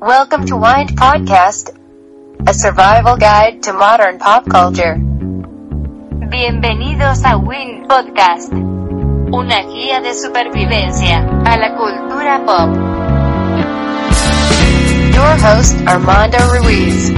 Welcome to Wind Podcast, a survival guide to modern pop culture. Bienvenidos a Win Podcast, una guía de supervivencia a la cultura pop. Your host, Armando Ruiz.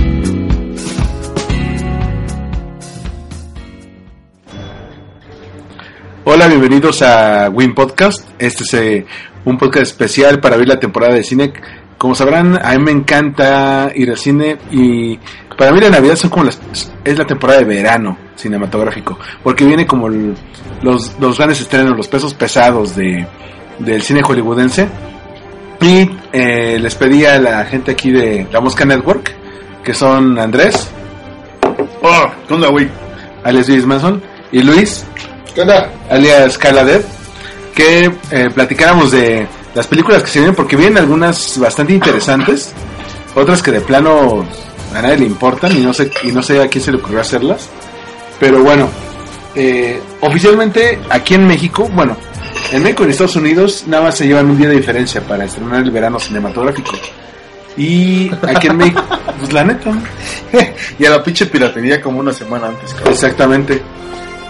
Hola, bienvenidos a Win Podcast. Este es eh, un podcast especial para ver la temporada de cine. Como sabrán, a mí me encanta ir al cine y para mí la Navidad son como las, es la temporada de verano cinematográfico, porque viene como el- los, los grandes estrenos, los pesos pesados de, del cine hollywoodense. Y eh, les pedí a la gente aquí de La Mosca Network, que son Andrés, Oh, ¿qué onda, güey? alias Luis Manson, y Luis, ¿Qué onda? alias Caladev, que eh, platicáramos de las películas que se vienen, porque vienen algunas bastante interesantes, otras que de plano a nadie le importan y no sé, y no sé a quién se le ocurrió hacerlas. Pero bueno, eh, oficialmente aquí en México, bueno, en México y en Estados Unidos nada más se llevan un día de diferencia para estrenar el verano cinematográfico. Y aquí en México, pues la neta, ¿no? Y a la pinche piratería como una semana antes, cabrón. Exactamente.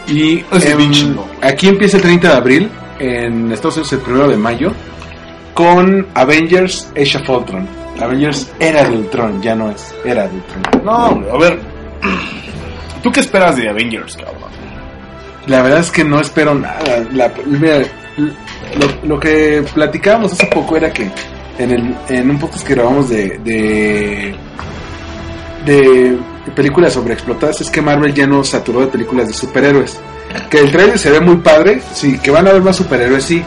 Y Ese em, bicho, no. aquí empieza el 30 de abril, en Estados Unidos el 1 de mayo, con Avengers Age of Ultron. Avengers Era de Ultron, ya no es Era de Ultron. No, güey, a ver. ¿Tú qué esperas de Avengers, cabrón? La verdad es que no espero nada. La- mira, lo, lo que platicábamos hace poco era que en, el, en un podcast que grabamos de, de, de películas sobreexplotadas es que Marvel ya nos saturó de películas de superhéroes. Que el trailer se ve muy padre, sí, que van a haber más superhéroes, sí.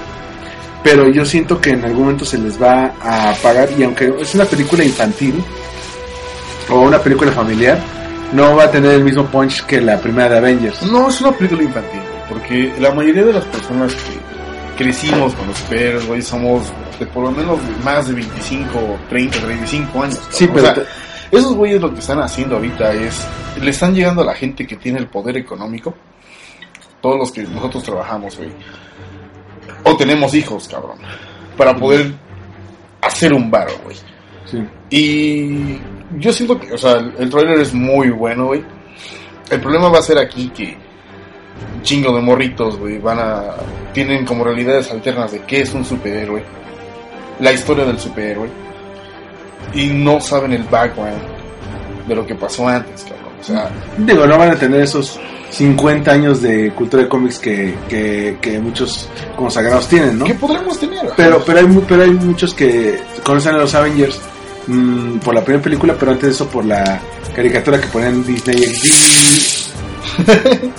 Pero yo siento que en algún momento se les va a apagar y aunque es una película infantil o una película familiar, no va a tener el mismo punch que la primera de Avengers. No, es una película infantil, güey, porque la mayoría de las personas que crecimos con los superhéroes, güey, somos de por lo menos más de 25, 30, 35 años. cabrón. Sí, pero O sea, esos güeyes lo que están haciendo ahorita es, le están llegando a la gente que tiene el poder económico, todos los que nosotros trabajamos, güey, o tenemos hijos, cabrón, para poder hacer un baro, güey. Sí. Y yo siento que, o sea, el, el trailer es muy bueno, güey. El problema va a ser aquí que un chingo de morritos, güey, van a... Tienen como realidades alternas de qué es un superhéroe, la historia del superhéroe, y no saben el background de lo que pasó antes, cabrón. O sea, Digo, no van a tener esos 50 años de cultura de cómics que, que, que muchos consagrados tienen, ¿no? ¿qué podremos tener? Pero, pero, hay, mu- pero hay muchos que conocen a los Avengers mm, por la primera película, pero antes de eso por la caricatura que ponían en Disney XD.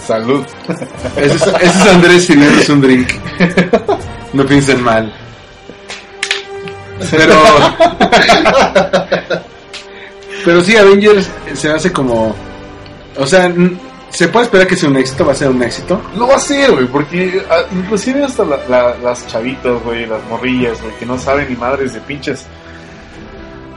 Salud. Ese es, ese es Andrés sirviéndose un drink. No piensen mal. Pero. Pero sí, Avengers se hace como. O sea, n- se puede esperar que sea un éxito, va a ser un éxito. No va a ser, güey, porque ah, inclusive hasta la- la- las chavitas, güey, las morrillas, güey, que no saben ni madres de pinches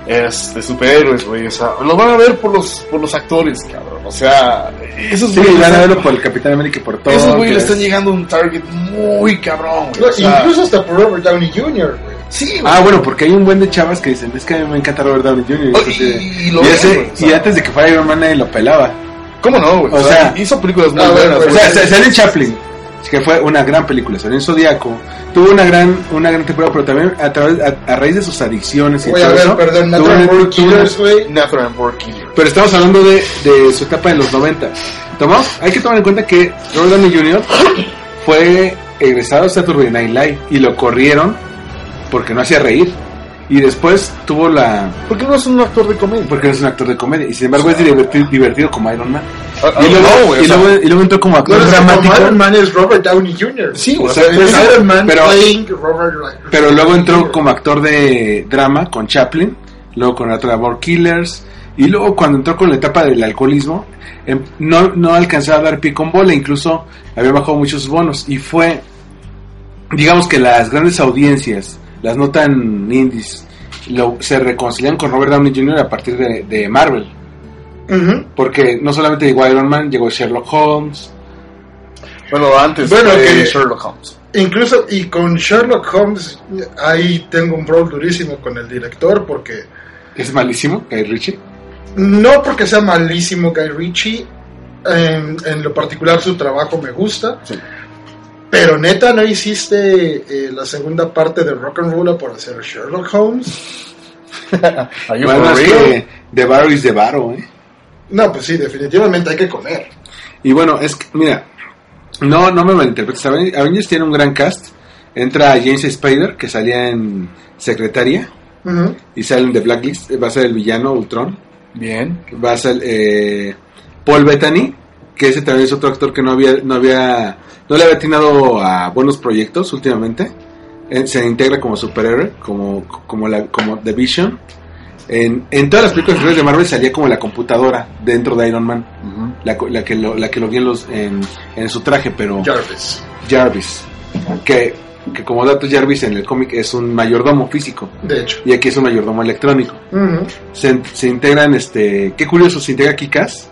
este, superhéroes, güey, o sea, lo van a ver por los, por los actores, cabrón, o sea, esos Sí, güeyes van a están- verlo por el Capitán América y por todo. Esos güeyes le que están es- llegando a un target muy cabrón, güey, No, o sea, incluso hasta por Robert Downey Jr., güey. sí, güey. Ah, bueno, porque hay un buen de chavas que dicen, es que a mí me encanta Robert Downey Jr. Oh, Y, y- así de- y lo y ven, ese- güey, o y sea, Ah, antes de que fuera Iron Man nadie lo pelaba. ¿Cómo no, güey? o O, sea, sea, hizo películas muy ah, bueno, buenas, pues, O güey. sea, sa- salió en Chaplin, que fue una gran película, salió en Zodíaco, tuvo una gran, una gran temporada, pero también a, través, a, a raíz de sus adicciones y Voy a todo ver, eso, perdón, tuvo Natural una- Born tuvo una- Killers, güey. Natural Born Killer. pero estamos hablando de, de su etapa en los 90. Tomamos, hay que tomar en cuenta que Robert Downey Jr. fue egresado a Saturday Night Live y lo corrieron porque no hacía reír. Y después tuvo la... ¿Por qué no es un actor de comedia? Porque Ah, no es un actor de comedia. Y sin embergo es divertido, divertido como Iron Man. Y luego, Ah, no, güey, o y sea, luego- y luego entró como actor No, no, dramático. como Iron Man es Robert Downey Jr. Sí, güey, o o sea, sea, es es- Iron Man pero- playing Robert like, Pero luego entró como actor de drama con Chaplin, luego con Atrabor Killers, y luego cuando entró con la etapa del alcoholismo, em, no, no alcanzaba a dar pie con bola, incluso había bajado muchos bonos, y fue, digamos que las grandes audiencias, las no tan indies, lo- se reconcilian con Robert Downey Jr. a partir de, de Marvel, Ujú. porque no solamente llegó Iron Man, llegó Sherlock Holmes, Bueno, antes eh, Bueno, fue que- Sherlock Holmes. Incluso, y con Sherlock Holmes, ahí tengo un problema durísimo con el director, porque es malísimo, eh, Guy Ritchie. no porque sea malísimo Guy Ritchie, en, en lo particular su trabajo me gusta, Sí. pero neta no hiciste eh, la segunda parte de Rock and Roll por hacer Sherlock Holmes. Are you Bueno, for es real? que de varo es de varo, ¿eh? No, pues sí, definitivamente hay que comer. Y bueno, es que, mira, no, no me malinterpretes. Aven- Avengers tiene un gran cast. Entra James Spider, que salía en Secretaria, Ujú. y sale en The Blacklist. Va a ser el villano Ultron. Bien. Va a ser eh, Paul Bettany, que ese también es otro actor que no había, no había, no le había atinado a buenos proyectos últimamente. Eh, se integra como superhéroe, como, como, la, como The Vision. En, en todas las películas de Marvel salía como la computadora dentro de Iron Man Ujú. la, co- la que lo, la que lo vi en, los, en, en su traje, pero Jarvis. Jarvis, que, que como dato Jarvis en el cómic es un mayordomo físico De hecho. y aquí es un mayordomo electrónico. Ujú. Se, en- se integran, este, qué curioso, se integra Kikas,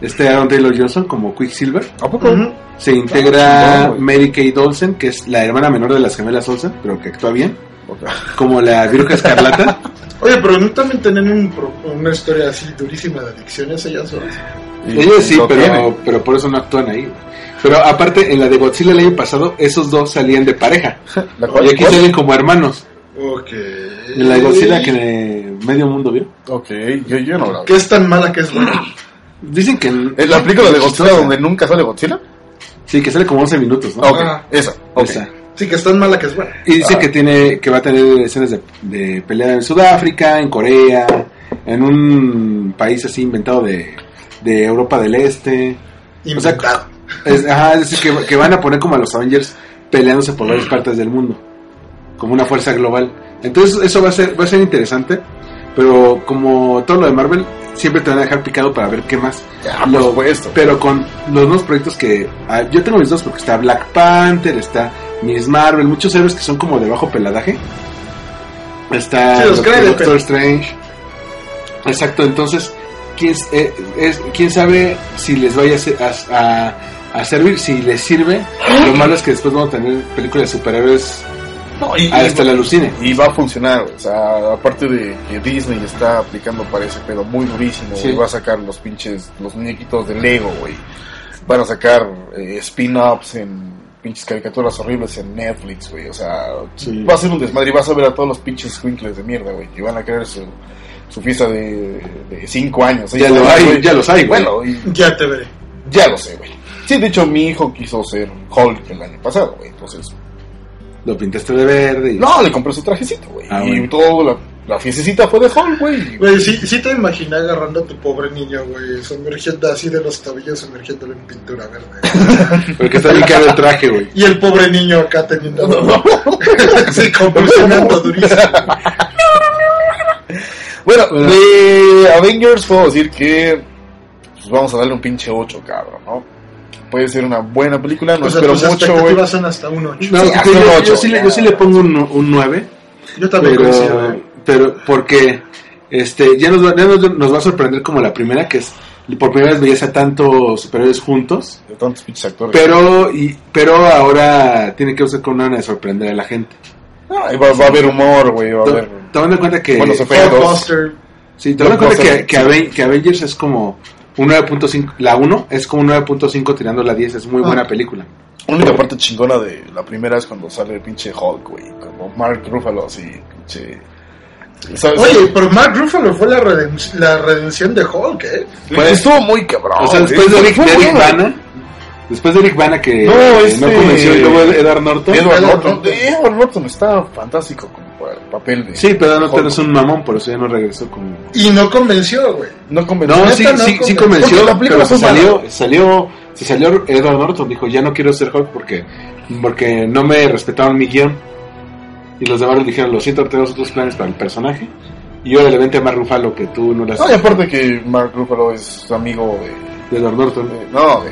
este Aaron Taylor Johnson como Quicksilver, ¿A poco? Ujú. se integra Ah, chingón, Mary Kay Olsen, que es la hermana menor de las gemelas Olsen, pero que actúa bien, Ok. como la Viruca Escarlata. Oye, pero no también tienen un pro- una historia así durísima de adicciones ellas solas. Y Ellos sí, lo tiene. pero, pero por eso no actúan ahí. Pero aparte, en la de Godzilla el año pasado, esos dos salían de pareja. ¿La cual- Y aquí salen como hermanos. Ok. En la Godzilla que medio mundo vio. Ok, yo, yo no la ¿Qué es tan mala que es buena? Dicen que. ¿Es la película de Godzilla donde nunca sale Godzilla? Sí, que sale como 11 minutos, ¿no? Ah, Ok, Ah. esa. ok. Esa. Sí, que es tan mala que es buena. Y dicen Ah. que tiene que va a tener escenas de, de pelea en Sudáfrica, en Corea, en un país así inventado de, de Europa del Este. O sea, Inventado. Es, ajá, es decir, que, que van a poner como a los Avengers peleándose por varias partes del mundo, como una fuerza global. Entonces eso va a ser, va a ser interesante, pero como todo lo de Marvel, siempre te van a dejar picado para ver qué más. Ya, por supuesto. Pero con los nuevos proyectos que... ah, yo tengo mis dos porque está Black Panther, está Miss Marvel, muchos héroes que son como de bajo peladaje. Está Sí, los Doctor, cae de Doctor pelo. Strange. Exacto, entonces, ¿quién, s- eh, es- quién sabe si les vaya a se- a, a- a servir, si les sirve? ¿Ah? Lo malo es que después vamos a tener películas de superhéroes No, y, hasta la alucine. y va a funcionar, güey. o sea, aparte de que Disney está aplicando para ese pedo muy durísimo, Sí. güey, va a sacar los pinches, los muñequitos de Lego, güey. Van a sacar eh, spin-offs en pinches caricaturas horribles en Netflix, güey, o sea, Sí. va a ser un desmadre y vas a ver a todos los pinches winkles de mierda, güey, que van a querer su, su fiesta de, de cinco años. Ya seis lo años, hay, güey. ya los hay, güey. Bueno, y Ya te veré. ya lo sé, güey. Sí, de hecho, mi hijo quiso ser Hulk el año pasado, güey, entonces... Lo pintaste de verde y... No, le compré su trajecito, güey. Ah, y bueno. todo la, la fiestecita fue de Hulk, güey. Güey, sí, sí te imaginé agarrando a tu pobre niño, güey, sumergiendo así de los tobillos, sumergiéndolo en pintura verde. Porque está bien caro el traje, güey. Y el pobre niño acá teniendo... sí, convulsionando durísimo. Bueno, de Avengers puedo decir que pues, vamos a darle un pinche 8, cabrón, ¿no? Puede ser una buena película, no Pues, o sea, espero tus mucho, güey. expectativas son hasta un 8. No, Sí, te hasta digo, un yo, ocho, sí le, ya. yo sí le pongo un, no- un 9. Yo también coincido, pero, güey. pero porque este ya nos, va, ya nos- nos va a sorprender como la primera que es por primera vez veías a tantos superhéroes juntos De tantos pinches actores. pero y pero ahora tiene que usar con una manera de sorprender a la gente Ah, y va, va a haber humor, güey, va a haber... To- tomando en cuenta que Buenos efectos. Paul Pero- Foster, sí, tomando en cuenta que, Blockbuster. que Aven- que Avengers es como un 9.5 la 1 es como un 9.5 tirando la 10 es muy Ah. buena película La única parte chingona de la primera es cuando sale el pinche Hulk, güey. Como Mark Ruffalo, así, pinche... ¿Sabes? Oye, pero Mark Ruffalo fue la, redenc- la redención de Hulk, ¿eh? Pues, estuvo muy cabrón. o sea después de güey. Eric, de Estuvo Eric muy Bana después de Eric Bana que No, eh, no este- convenció y luego Edward Norton Edward Edward Norton. Norton. Edward Norton está fantástico como para el papel de. sí pero no Hulk. es un mamón por eso ya no regresó como Y no convenció, güey. No convenció. No, Neta, sí, no sí, convenció. sí convenció, Porque la película pero se fue mala. salió, salió, se salió Edward Norton, dijo, ya no quiero ser Hulk porque, porque no me respetaron mi guión. Y los de Marvel dijeron, lo siento, tenemos otros planes para el personaje. Y ahora le vente a Mark Ruffalo que tú no le has... No, y aparte que Mark Ruffalo es amigo de. De Edward Norton, de- no, de,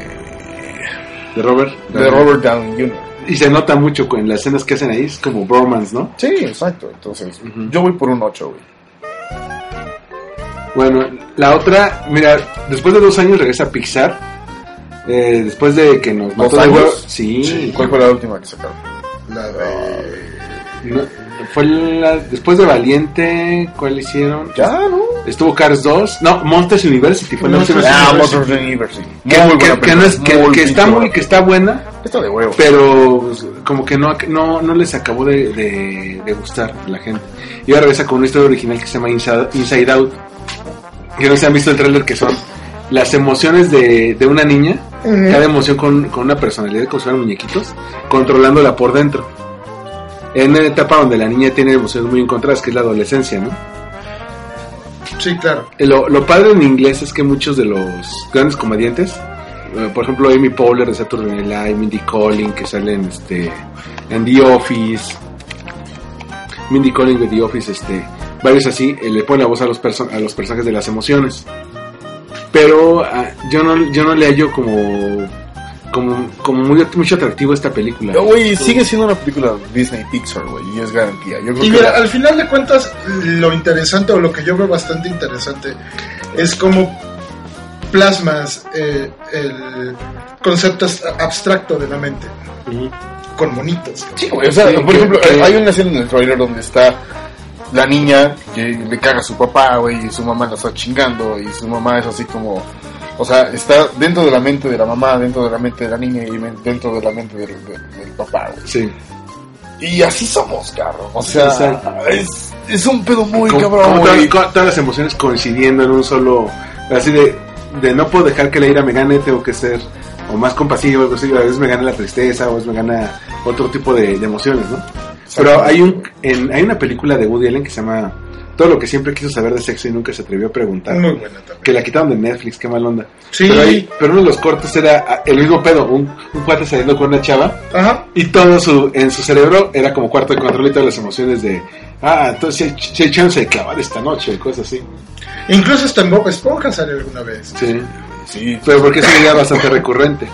de Robert. de Robert Downey Jr. Y se nota mucho en las escenas que hacen ahí, es como bromance, ¿no? Sí, exacto. Entonces, Ujú. yo voy por un 8, güey. Bueno, la otra, mira, después de dos años regresa a Pixar. eh, después de que nos mató de años? huevo- Sí, ¿Cuál fue la última que sacaron? Eh, La de. No, fue la- después de Valiente, ¿cuál hicieron? Ya, ¿no? Estuvo Cars 2, no, Monsters University fue la Monsters última. Ah, University. Monsters University. Que, Muy que- buena que película, no es- que- que pinche está muy, buena. que está buena, Está de huevo. pero pues, como que no, no, no les acabó de, de- de gustar a la gente. Y ahora regresa con una historia original que se llama Inside, Inside Out. Que no se han visto el trailer que son las emociones de, de una niña, cada emoción con, con una personalidad como si fueran muñequitos, controlándola por dentro. En una etapa donde la niña tiene emociones muy encontradas, que es la adolescencia, ¿no? Sí, claro. Eh, Lo, lo padre en inglés es que muchos de los grandes comediantes, eh, por ejemplo Amy Powler de Saturday Night Live, Mindy Colling que sale en, este, en The Office, Mindy Colling de The Office, este, varios así, eh, le ponen la voz a los, perso- a los personajes de las emociones. Pero ah, yo, no, yo no le hallo como, como, como muy, mucho atractivo esta película. Pero, Güey, sigue siendo una película Disney Pixar, güey, y es garantía. Yo creo Y que mira, la- al final de cuentas, lo interesante o lo que yo veo bastante interesante es cómo plasmas eh, el concepto as- abstracto de la mente Ujú. con monitos. Sí, güey, o sea, Sí, por que- ejemplo, que- hay una escena en el trailer donde está la niña que le caga a su papá, güey, y su mamá la está chingando, y su mamá es así como. O sea, está dentro de la mente de la mamá, dentro de la mente de la niña y men- dentro de la mente del, del- del papá, güey. Sí. Y así somos, cabrón. O sea, Exacto. es, es un pedo muy Como- cabrón, como güey. todas, co- todas las emociones coincidiendo en un solo. Así de, de no puedo dejar que la ira me gane, tengo que ser o más compasivo, algo así. A veces me gana la tristeza, o a veces me gana otro tipo de, de emociones, ¿no? Pero hay, un, en- hay una película de Woody Allen que se llama Todo lo que siempre quiso saber de sexo y nunca se atrevió a preguntar. Muy buena también. Que la quitaron de Netflix, qué mal onda. Sí. Pero, ahí- pero uno de los cortes era ah, el mismo pedo, un, un cuate saliendo con una chava Ajá. y todo su, en su cerebro era como cuarto de control y todas las emociones de, ah, entonces hay ch- hay chance de clavar esta noche, cosas así. Incluso hasta en Bob Esponja salió alguna vez. Sí. Sí, Pero porque es una idea bastante recurrente.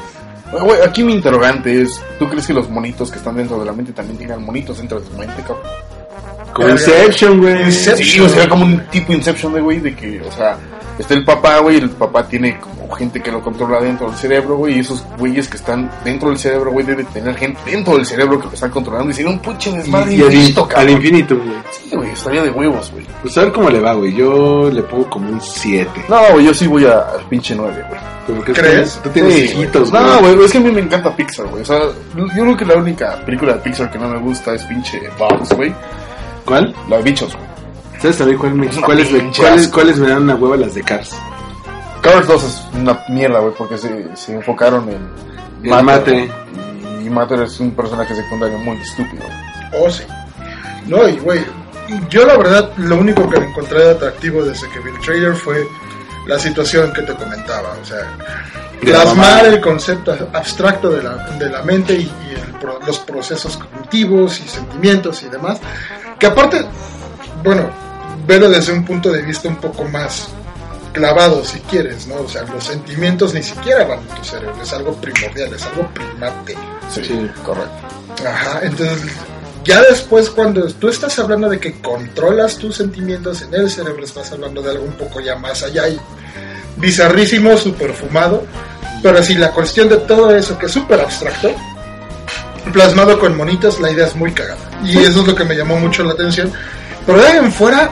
Güey, aquí mi interrogante es, ¿tú crees que los monitos que están dentro de la mente también tengan monitos dentro de su mente, cabrón? Como Inception, güey. Inception. Sí, o sea, como un tipo Inception de güey, de que, o sea, está el papá, güey, el papá tiene como gente que lo controla dentro del cerebro, güey, y esos güeyes que están dentro del cerebro, güey, debe tener gente dentro del cerebro que lo están controlando y sería un pinche Y, desmadre y al, in- infinito, al cabrón. infinito, güey. Sí, güey, estaría de huevos, güey. Pues a ver cómo le va, güey. Yo le pongo como un 7. No, güey, yo sí voy a- al pinche 9, güey. ¿Crees? Tú tienes Sí, hijitos, güey. No, güey, es que a mí me encanta Pixar, güey. O sea, yo creo que la única película de Pixar que no me gusta es pinche Bounce, güey. ¿Cuál? La de bichos, güey. ¿Sabes también cuál me- Es una cuáles me, pinche cuáles, asco. cuáles me dan una hueva las de Cars? Cars 2 es una mierda, güey, porque se, se enfocaron en En Mate. Y Mater es un personaje secundario muy estúpido. Oh, sí. No, y güey, yo la verdad, lo único que le encontré de atractivo desde que vi el trailer fue la situación que te comentaba. O sea, De la plasmar mamá. el concepto abstracto de la, de la mente y, y el pro- los procesos cognitivos y sentimientos y demás. Que aparte, bueno, verlo desde un punto de vista un poco más clavado si quieres, ¿no? O sea, los sentimientos ni siquiera van en tu cerebro, es algo primordial, es algo primate. Sí, Sí. correcto. Ajá, entonces ya después cuando tú estás hablando de que controlas tus sentimientos en el cerebro, estás hablando de algo un poco ya más allá y bizarrísimo, súper fumado, pero si la cuestión de todo eso que es súper abstracto, plasmado con monitos, la idea es muy cagada. Y eso es lo que me llamó mucho la atención. Pero de ahí en fuera,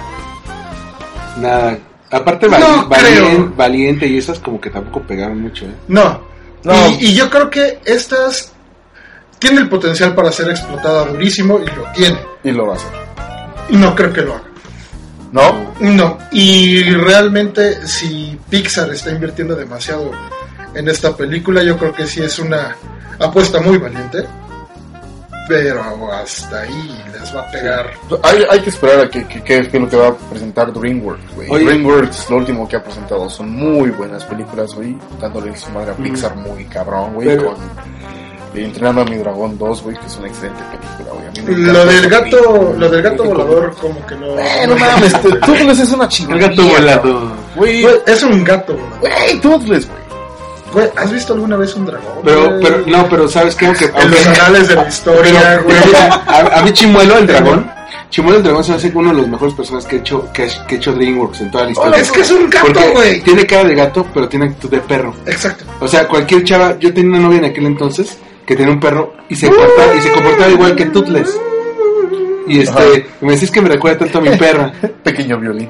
Nada. Aparte, No Vali- creo. Valien- Valiente y esas como que tampoco pegaron mucho, ¿eh? no. No. Y, y yo creo que estas tiene el potencial para ser explotada durísimo y lo tiene. Y lo va a hacer. Y no creo que lo haga. ¿No? No, y realmente si Pixar está invirtiendo demasiado en esta película, yo creo que sí es una apuesta muy valiente. pero hasta ahí les va a pegar. Hay, hay que esperar a que, que, que- que es lo que va a presentar DreamWorks, güey. Oye. DreamWorks, lo último que ha presentado, son muy buenas películas, güey. Dándole su madre a Pixar muy cabrón, güey. Pero- Con eh, Entrenando a mi Dragón 2, güey, que es una excelente película, güey. A mí me encanta Lo del esa gato, película, lo del gato güey, que volador como que no. como- Eh, no mames, tú- Toothless es una El chingada. gato volado. Güey, Güey, Es un gato. güey, Toothless, güey. Güey, ¿has visto alguna vez un dragón? Pero, güey? pero, no, pero ¿sabes qué? Aunque, En los aunque- anales de la historia, pero güey. mira, a, a mí Chimuelo el dragón, Chimuelo el dragón se hace uno de los mejores personajes que ha hecho, que ha, que ha hecho DreamWorks en toda la historia. Es que es un gato, Porque güey. Tiene cara de gato, pero tiene actitud de perro. Exacto. O sea, cualquier chava, yo tenía una novia en aquel entonces que tenía un perro y se comportaba, y se comportaba igual que Tutles. Y este, Ajá. me decís que me recuerda tanto a mi perra. Pequeño violín.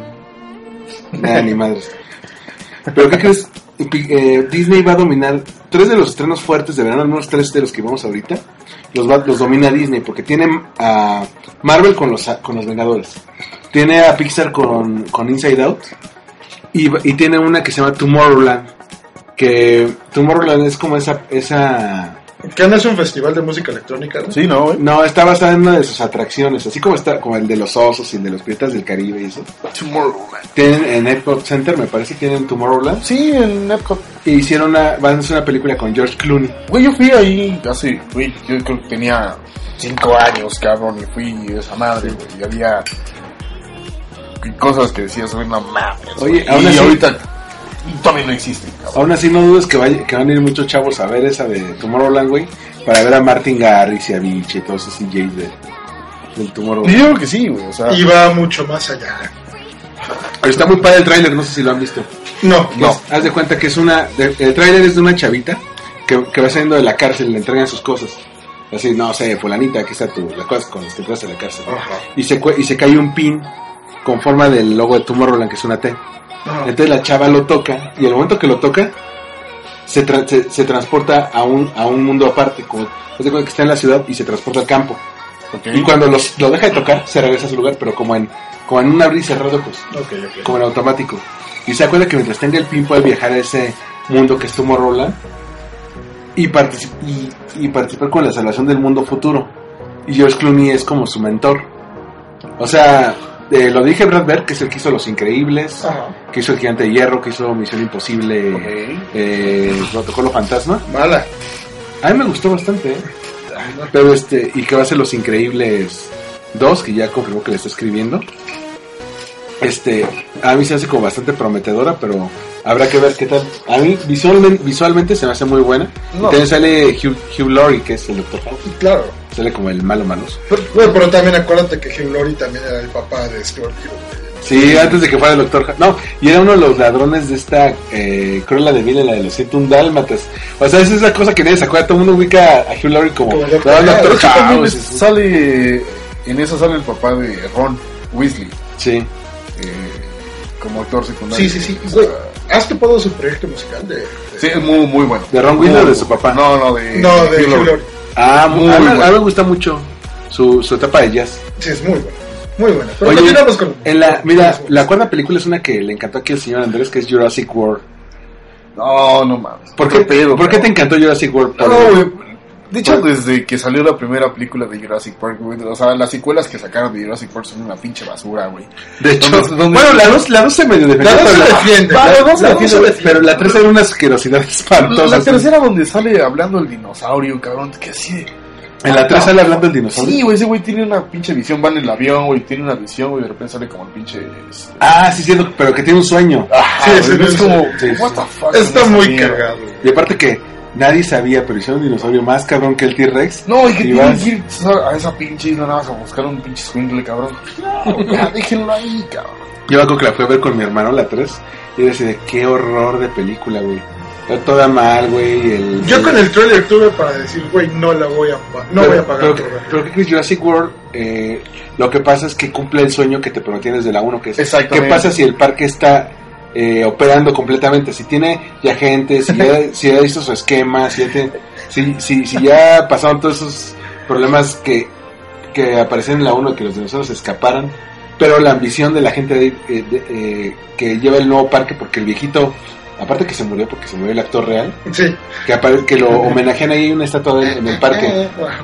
Nah, Ah, ni madres. Pero ¿qué crees? Pi- eh, Disney va a dominar tres de los estrenos fuertes de verano, al menos tres de los que vamos ahorita, los, va- los domina Disney, porque tiene a Marvel con los, con los Vengadores, tiene a Pixar con, con Inside Out, y, va- y tiene una que se llama Tomorrowland, que Tomorrowland es como esa... esa ¿Qué no es un festival de música electrónica? no? Sí, ¿no, güey? no, está basada en una de sus atracciones, así como está como el de los osos y el de los piratas del Caribe y eso. Tomorrowland. Tienen en Epcot Center, me parece que tienen Tomorrowland. Sí, en Epcot. E hicieron una, van a hacer una película con George Clooney. Güey, yo fui ahí hace, güey, yo creo que tenía cinco años, cabrón, y fui a esa madre, güey, y había cosas que decías, güey, no mames. Oye, güey, aún y así- ahorita todavía no existen, cabrón. Aún así no dudes que, vaya- que van a ir muchos chavos a ver esa de Tomorrowland, güey, para ver a Martin Garrix y a Beach y todos esos DJs de, del Y Tomorrowland. Yo creo que sí, güey, o sea, Y va mucho más allá. Está muy padre el tráiler, no sé si lo han visto. No, No. Es- haz de cuenta que es una, de- el tráiler es de una chavita que, que va saliendo de la cárcel, le entregan sus cosas. Así, no sé, fulanita, aquí está tu, la cosa con las que entraste a la cárcel. Ajá. Y se, cue- y se cae un pin con forma del logo de Tomorrowland, que es una T. no. Entonces la chava lo toca y al momento que lo toca se, tra- se, se transporta a un, a un mundo aparte, como haz de cuenta que está en la ciudad y se transporta al campo. ok. Y cuando los, lo deja de tocar, se regresa a su lugar, pero como en, como en un abrir y cerrar de ojos, Ok, ok. como en automático. Y se acuerda que mientras tenga el pin puede viajar a ese mundo que es Tomorrowland y, partici- y, y participar con la salvación del mundo futuro. Y George Clooney es como su mentor. O sea, eh, lo dije Brad Bird, que es el que hizo Los Increíbles Ajá. que hizo El Gigante de Hierro, que hizo Misión Imposible, Ok. eh, Protocolo Fantasma. Mala. A mí me gustó bastante, ¿eh? Ay, no. Pero este, y que va a ser Los Increíbles 2, que ya confirmó que le está escribiendo. Este, a mí se hace como bastante prometedora, pero habrá que ver qué tal. A mí visualmente, visualmente se me hace muy buena. Y No. también sale Hugh, Hugh Laurie, que es el Doctor House. Claro. Sale como el malo maloso. Pero, güey, pero también acuérdate que Hugh Laurie también era el papá de Stuart Hill. Sí, antes de que fuera el Doctor House. No, y era uno de los ladrones de esta eh, Cruella de Vil, la de los 101 Dálmatas. O sea, es esa cosa que nadie se acuerda. Todo el mundo ubica a Hugh Laurie como, Como "No, Doctor Doctor, Pero es que también House. es- sale, en esa sale el papá de Ron Weasley, Sí. eh, como actor secundario. Sí, sí, sí. O sea, Güey, ¿has topado su proyecto musical de...? de- sí, es muy, muy bueno. ¿De Ron Weasley o de su papá? No, no, de, No, de Hugh Hugh Laurie. Laurie. Ah, muy Muy a, mí, bueno. a mí me gusta mucho su, su etapa de jazz. Sí, es muy buena. Muy buena. Pero Oye, continuamos con... en la, mira, con- la cuarta película es una que le encantó aquí al señor Andrés, que es Jurassic World. No, no mames. ¿Por qué, ¿por qué te cabrón? encantó Jurassic World? No, Por- güey. De hecho, desde que salió la primera película de Jurassic Park, güey, o sea, las secuelas que sacaron de Jurassic Park son una pinche basura, güey. De hecho, ¿Dónde- dónde- bueno, la dos, la dos se medio defendió. La dos pero se defiende, la- la la dos dos se se defiende, defiende. pero la tres era una asquerosidad La, espantosa. la así. tercera donde sale hablando el dinosaurio, cabrón, que así de- En la 3 sale hablando el dinosaurio. Sí, güey, ese güey tiene una pinche visión, va en el avión, güey, tiene una visión, güey, de repente sale como el pinche... este, Ah, sí, cierto, pero que tiene un sueño. ajá, sí, güey, sí, es sí, como, sí, sí. what the fuck. Está es muy esta mierda? cargado. Y aparte que nadie sabía, pero hicieron un dinosaurio más cabrón que el T-Rex. No, y que Y tienen vas- que ir a esa pinche isla nada más a buscar un pinche swingle, cabrón. No, güey, ya, déjenlo ahí, cabrón. Yo algo que la fui a ver con mi hermano, la 3. Y decía, de qué horror de película, güey. Está toda mal, güey. El, Yo con el trailer tuve para decir, güey, no la voy a, pa- no voy a pagar. Pero, por pero, verla. pero ¿qué crees? Jurassic World, eh, lo que pasa es que cumple el sueño que te prometí desde la 1, que es... ¿Qué Exactamente. pasa si el parque está eh, operando completamente? Si tiene ya gente, si ya, si ya hizo su esquema, si ya, tiene- si, si, si ya pasaron todos esos problemas que, que aparecen en la 1, que los dinosaurios escaparan, pero la ambición de la gente de- eh, de- eh, que lleva el nuevo parque, porque el viejito Aparte que se murió porque se murió el actor real, Sí. que, apare- que lo homenajean ahí hay una estatua de él en el parque. Eh, bueno.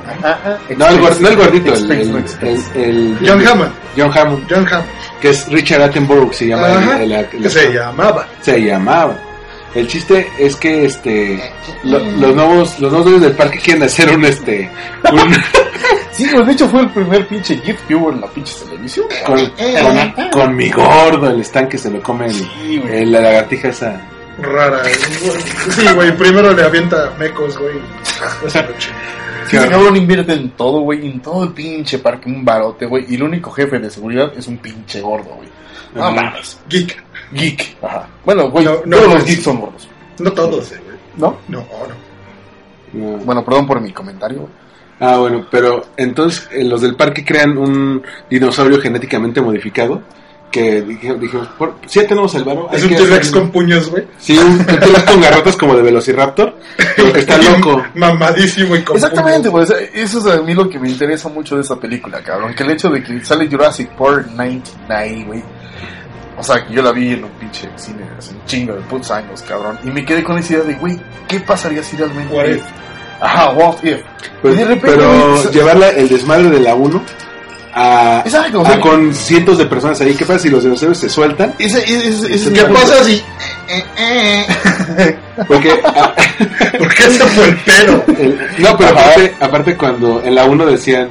No, el, gor- no el gordito, el, Expense, no el- expense. el- el- Eh, John Hammond. John Hammond, John Hammond. que es Richard Attenborough, se llama el- Ajá, el- el- que se llamaba. se llamaba. El chiste es que este lo- los nuevos los nuevos dueños del parque quieren hacer un este un- Sí, pues de hecho fue el primer pinche GIF que hubo en la pinche televisión. con, con- con mi gordo el estanque se lo come el- Sí, güey. el- la lagartija esa Rara. güey. Sí, güey. Primero le avienta mecos, güey. Ya se lo chingó. Sí, el cabrón invierte en todo, güey, en todo el pinche parque, un barote, güey. Y el único jefe de seguridad es un pinche gordo, güey. No Ajá. mames. Geek. Geek. Ajá. Bueno, güey, No, no, todos no. los geeks son gordos. No todos, eh, güey. ¿No? No, no. No. Bueno, perdón por mi comentario. ah bueno pero entonces eh, los del parque crean un dinosaurio genéticamente modificado que dije, dije por, si ya tenemos el varo hay Es un que T-Rex hacer- con puños, güey. sí un, un T-Rex con garrotas como de Velociraptor pero que está Bien loco Mamadísimo y con Exactamente, puños. güey. Eso es a mí lo que me interesa mucho de esa película, cabrón. Que el hecho de que sale Jurassic Park 99, güey. O sea, que yo la vi en un pinche cine hace un chingo de putos años, cabrón. Y me quedé con esa idea de, güey, ¿qué pasaría si realmente. What if? Ajá, what if. Pues, y de repente. pero güey, llevarla el desmadre de la 1 a, Exacto, o a sea, con cientos de personas ahí. ¿Qué pasa si los dinosaurios se sueltan? ese- ese- ese- ese- ¿Qué ese- pasa si.? Eh, Porque, ah, ¿Por qué se fue el pelo? el- no, pero aparte, aparte cuando en la 1 decían,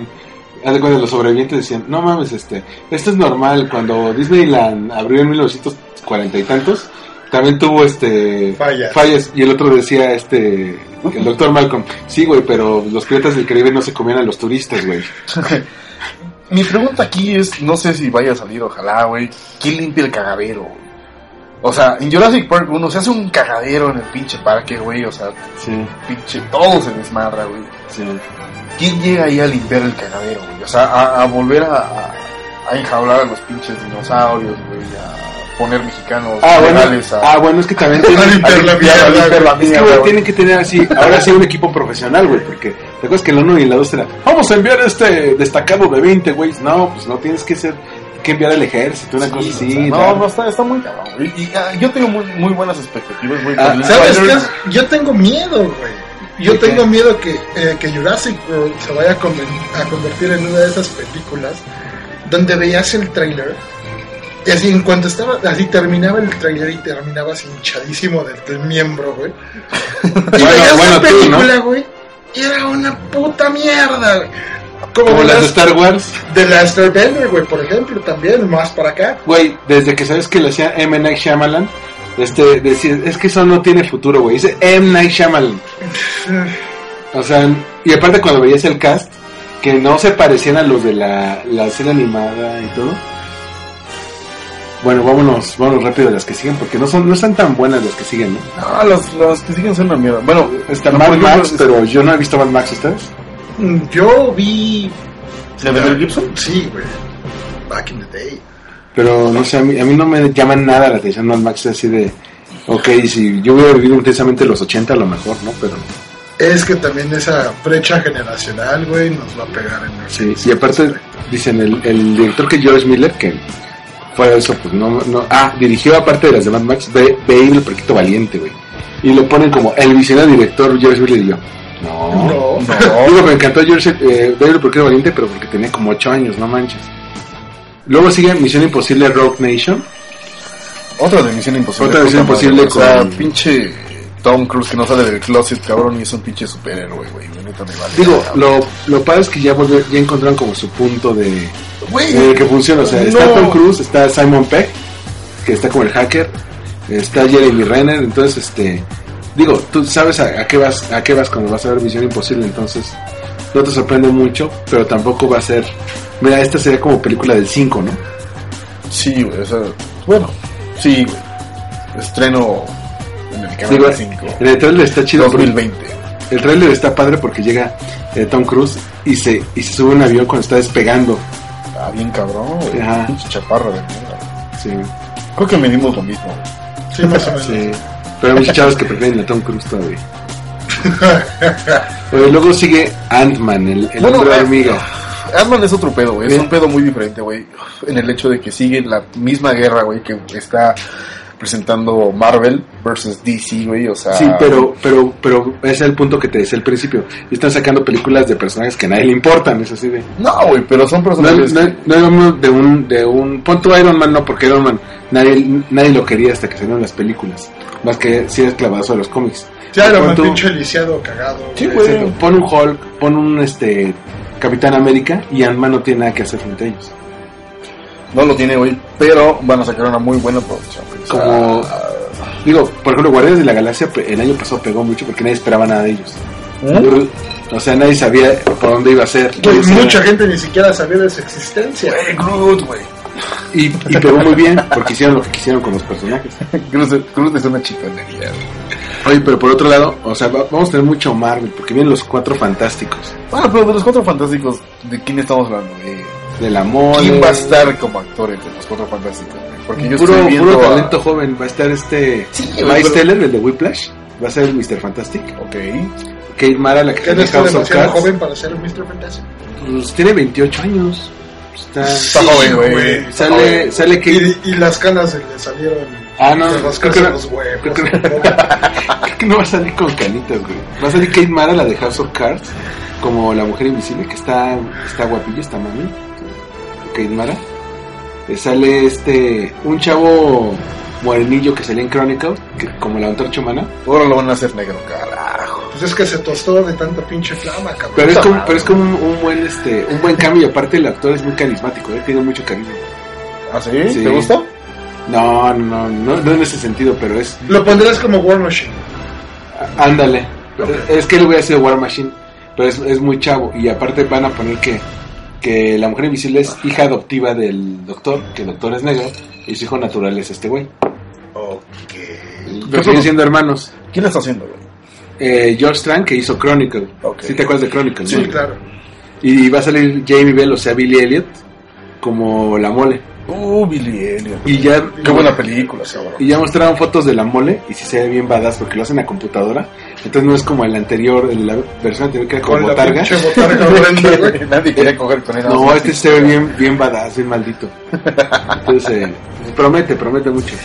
haz de cuenta, los sobrevivientes decían, no mames, este, esto es normal. Cuando Disneyland abrió en 1940 y tantos, también tuvo este Fallas. fallas. Y el otro decía, este, el doctor Malcolm, sí, güey, pero los piratas del Caribe no se comían a los turistas, güey. Mi pregunta aquí es, no sé si vaya a salir, ojalá, güey. ¿Quién limpia el cagadero? güey? O sea, en Jurassic Park 1 se hace un cagadero en el pinche parque, güey. O sea, Sí, pinche, todo se desmadra, güey. sí. ¿Quién llega ahí a limpiar el cagadero, güey? O sea, a, a volver a, a- a enjaular a los pinches dinosaurios, güey. A poner mexicanos Ah, bueno, legales a... ah, bueno, es que también tienen, A limpiar la a mierda, limpiar güey. la Es que, mierda, güey, güey. tienen que tener así, ahora sí un equipo profesional, güey, porque te acuerdas que el 1 y la 2 era, vamos a enviar este destacado de 20, güey. No, pues no tienes que ser, que enviar al ejército, una cosa Sí, así. o la- sea, no, no, está, está muy cabrón. güey. Y, y, ah, yo tengo muy, muy buenas expectativas, güey. Ah, con el ¿Sabes Spider- qué? Yo tengo miedo, güey. Yo ¿De qué? tengo miedo que, eh, que Jurassic World se vaya a, conven- a convertir en una de esas películas donde veías el trailer y así en cuanto estaba, así terminaba el trailer y terminabas hinchadísimo del, del miembro, güey. Y Bueno, veías bueno, la tú, ¿no? película, güey, y era una puta mierda, güey. Como Como las de las Star Wars, de Last Airbender, güey, por ejemplo, también, más para acá. güey, desde que sabes que lo hacía M. Night Shyamalan, este, decía, es que eso no tiene futuro, güey. Dice M. Night Shyamalan. O sea, y aparte cuando veías el cast, que no se parecían a los de la, la serie animada y todo. Bueno, vámonos, vámonos rápido a las que siguen, porque no son, no están tan buenas las que siguen, ¿no? No, los, los que siguen son una mierda. Bueno, Está no, Mad por ejemplo, Max, pero yo no he visto Mad Max, ¿ustedes? Mm, Yo vi, ¿La de Mel Gibson? sí, güey, Back in the Day. Pero no sé, a mí, a mí no me llama nada la atención Mad Max, así de, ok, si yo hubiera vivido intensamente los 80 a lo mejor, ¿no? Pero Es que también esa brecha generacional, güey, nos va a pegar en el Sí, y aparte dicen el, el director que George Miller, que fue eso, pues no, no, ah, dirigió aparte de las de Mad Max, Be- Babe, el perquito valiente, güey. Y lo ponen como el visionario director George Miller y yo. No. No, Digo, me encantó George, eh, Babe, el perquito valiente, pero porque tenía como 8 años, no manches. Luego sigue Misión Imposible Rogue Nation. Otra de Misión Imposible. Otra de Misión Puta Imposible madre, O sea, con- pinche Tom Cruise que no sale del closet, cabrón, y es un pinche superhéroe, güey. La neta me vale. Digo, cabrón. lo, lo padre es que ya, volvió- ya encontraron como su punto de, Güey, en el que funciona. O sea, está No. Tom Cruise, está Simon Peck, que está como el hacker, está Jeremy Renner, entonces este digo, tú sabes a, a qué vas, a qué vas cuando vas a ver Visión Imposible, entonces no te sorprende mucho, pero tampoco va a ser mira, esta sería como película del 5, ¿no? Sí, güey, o sea, bueno, sí, güey. Estreno en el Digo, canal 5. en el trailer está chido, porque- 2020. el trailer está padre porque llega eh, Tom Cruise y se, y se sube a un avión cuando está despegando. Ah, bien cabrón, güey. Ajá. Pinche chaparra de mierda. Sí, Creo que medimos lo mismo. güey. sí, más o menos. sí. Pero hay muchos chavos que prefieren a Tom Cruise todavía. Oye, luego sigue Ant-Man, el, el Bueno, hombre eh, hormiga. Ant-Man es otro pedo, güey. Es Bien. un pedo muy diferente, güey. En el hecho de que sigue la misma guerra, güey, que está presentando Marvel versus DC, güey, o sea... Sí, pero, pero, pero ese es el punto que te decía al principio. Y están sacando películas de personajes que a nadie le importan, es así de. No, güey, pero son No, personajes... no, no hablamos de un, de un. Pon tu Iron Man, no, porque Iron Man nadie, nadie lo quería hasta que salieron las películas. Más que si es clavazo de los cómics. Ya lo Pon mandó tu- pinche lisiado cagado. Sí, güey. güey. Exacto. Pon un Hulk, pon un este Capitán América y Ant-Man no tiene nada que hacer frente a ellos. no lo tiene, güey, pero van a sacar una muy buena producción, güey, o sea, Como- Digo, por ejemplo, Guardianes de la Galaxia pe- el año pasado pegó mucho porque nadie esperaba nada de ellos. O sea, nadie sabía por dónde iba a ser. Güey, Nadie sabía- mucha gente ni siquiera sabía de su existencia. Güey, Groot, güey. Y, y pegó muy bien porque hicieron lo que quisieron con los personajes. Groot, Groot es una chingonería, güey. Oye, pero por otro lado, o sea, va- vamos a tener mucho Marvel porque vienen los cuatro fantásticos. eh, Bueno, pero de los cuatro fantásticos, ¿de quién estamos hablando? güey? Del amor. eh, ¿Quién va a estar como actor entre los cuatro fantásticos? güey? Porque yo Puro, estoy viendo. puro a- talento joven. Va a estar este. Sí, güey, Miles pero- Teller, el de Whiplash. Va a ser el Mr. Fantastic. Ok. Kate Mara, la que Que no tiene está House of demasiado Cards. joven para ser el Mr. Fantastic. Pues, tiene 28 años. Está. Está joven, güey. güey. Está Sale, joven. sale Kate Y, y las canas se le salieron. Ah, no, de los creo que no. los huevos. Creo que no. Creo que no va a salir con canitas, güey. Va a salir Kate Mara, la de House of Cards, como la mujer invisible, que está, está guapilla, está mami. Kate Mara. Eh, sale este, un chavo modernillo que salía en Chronicle, que- como la antorcha humana. Ahora lo van a hacer negro, carajo. Pues es que se tostó de tanta pinche flama, cabrón. Pero es como, pero es como un, un buen, este, un buen cambio, y aparte el actor es muy carismático, ¿eh? tiene mucho carisma. ¿Ah, sí? Sí. ¿Te gusta? No, no, no, no en ese sentido, pero es, Lo pondrías como War Machine. Ándale. Es que le voy a hacer War Machine. Pero es, es muy chavo. Y aparte van a poner que, que la mujer invisible es hija adoptiva del doctor, que el doctor es negro, y su hijo natural es este güey. Pero siguen siendo hermanos. ¿Quién la está haciendo, güey? Eh, George Strang, que hizo Chronicle. Ok. Si te acuerdas de Chronicle, Sí, ¿no? claro. Y va a salir Jamie Bell, o sea, Billy Elliot, como la mole. Uh, Billy Elliot. Y ya, Qué buena película, cabrón. y ya mostraron fotos de la mole, y sí se ve bien badass porque lo hacen a computadora. Entonces no es como el anterior, el- la versión anterior que era como Con la botarga. pinche botarga horrenda, güey. Nadie quería coger con él. nada No, más. este se ve bien, bien badass, bien maldito. Entonces, eh, promete, promete mucho.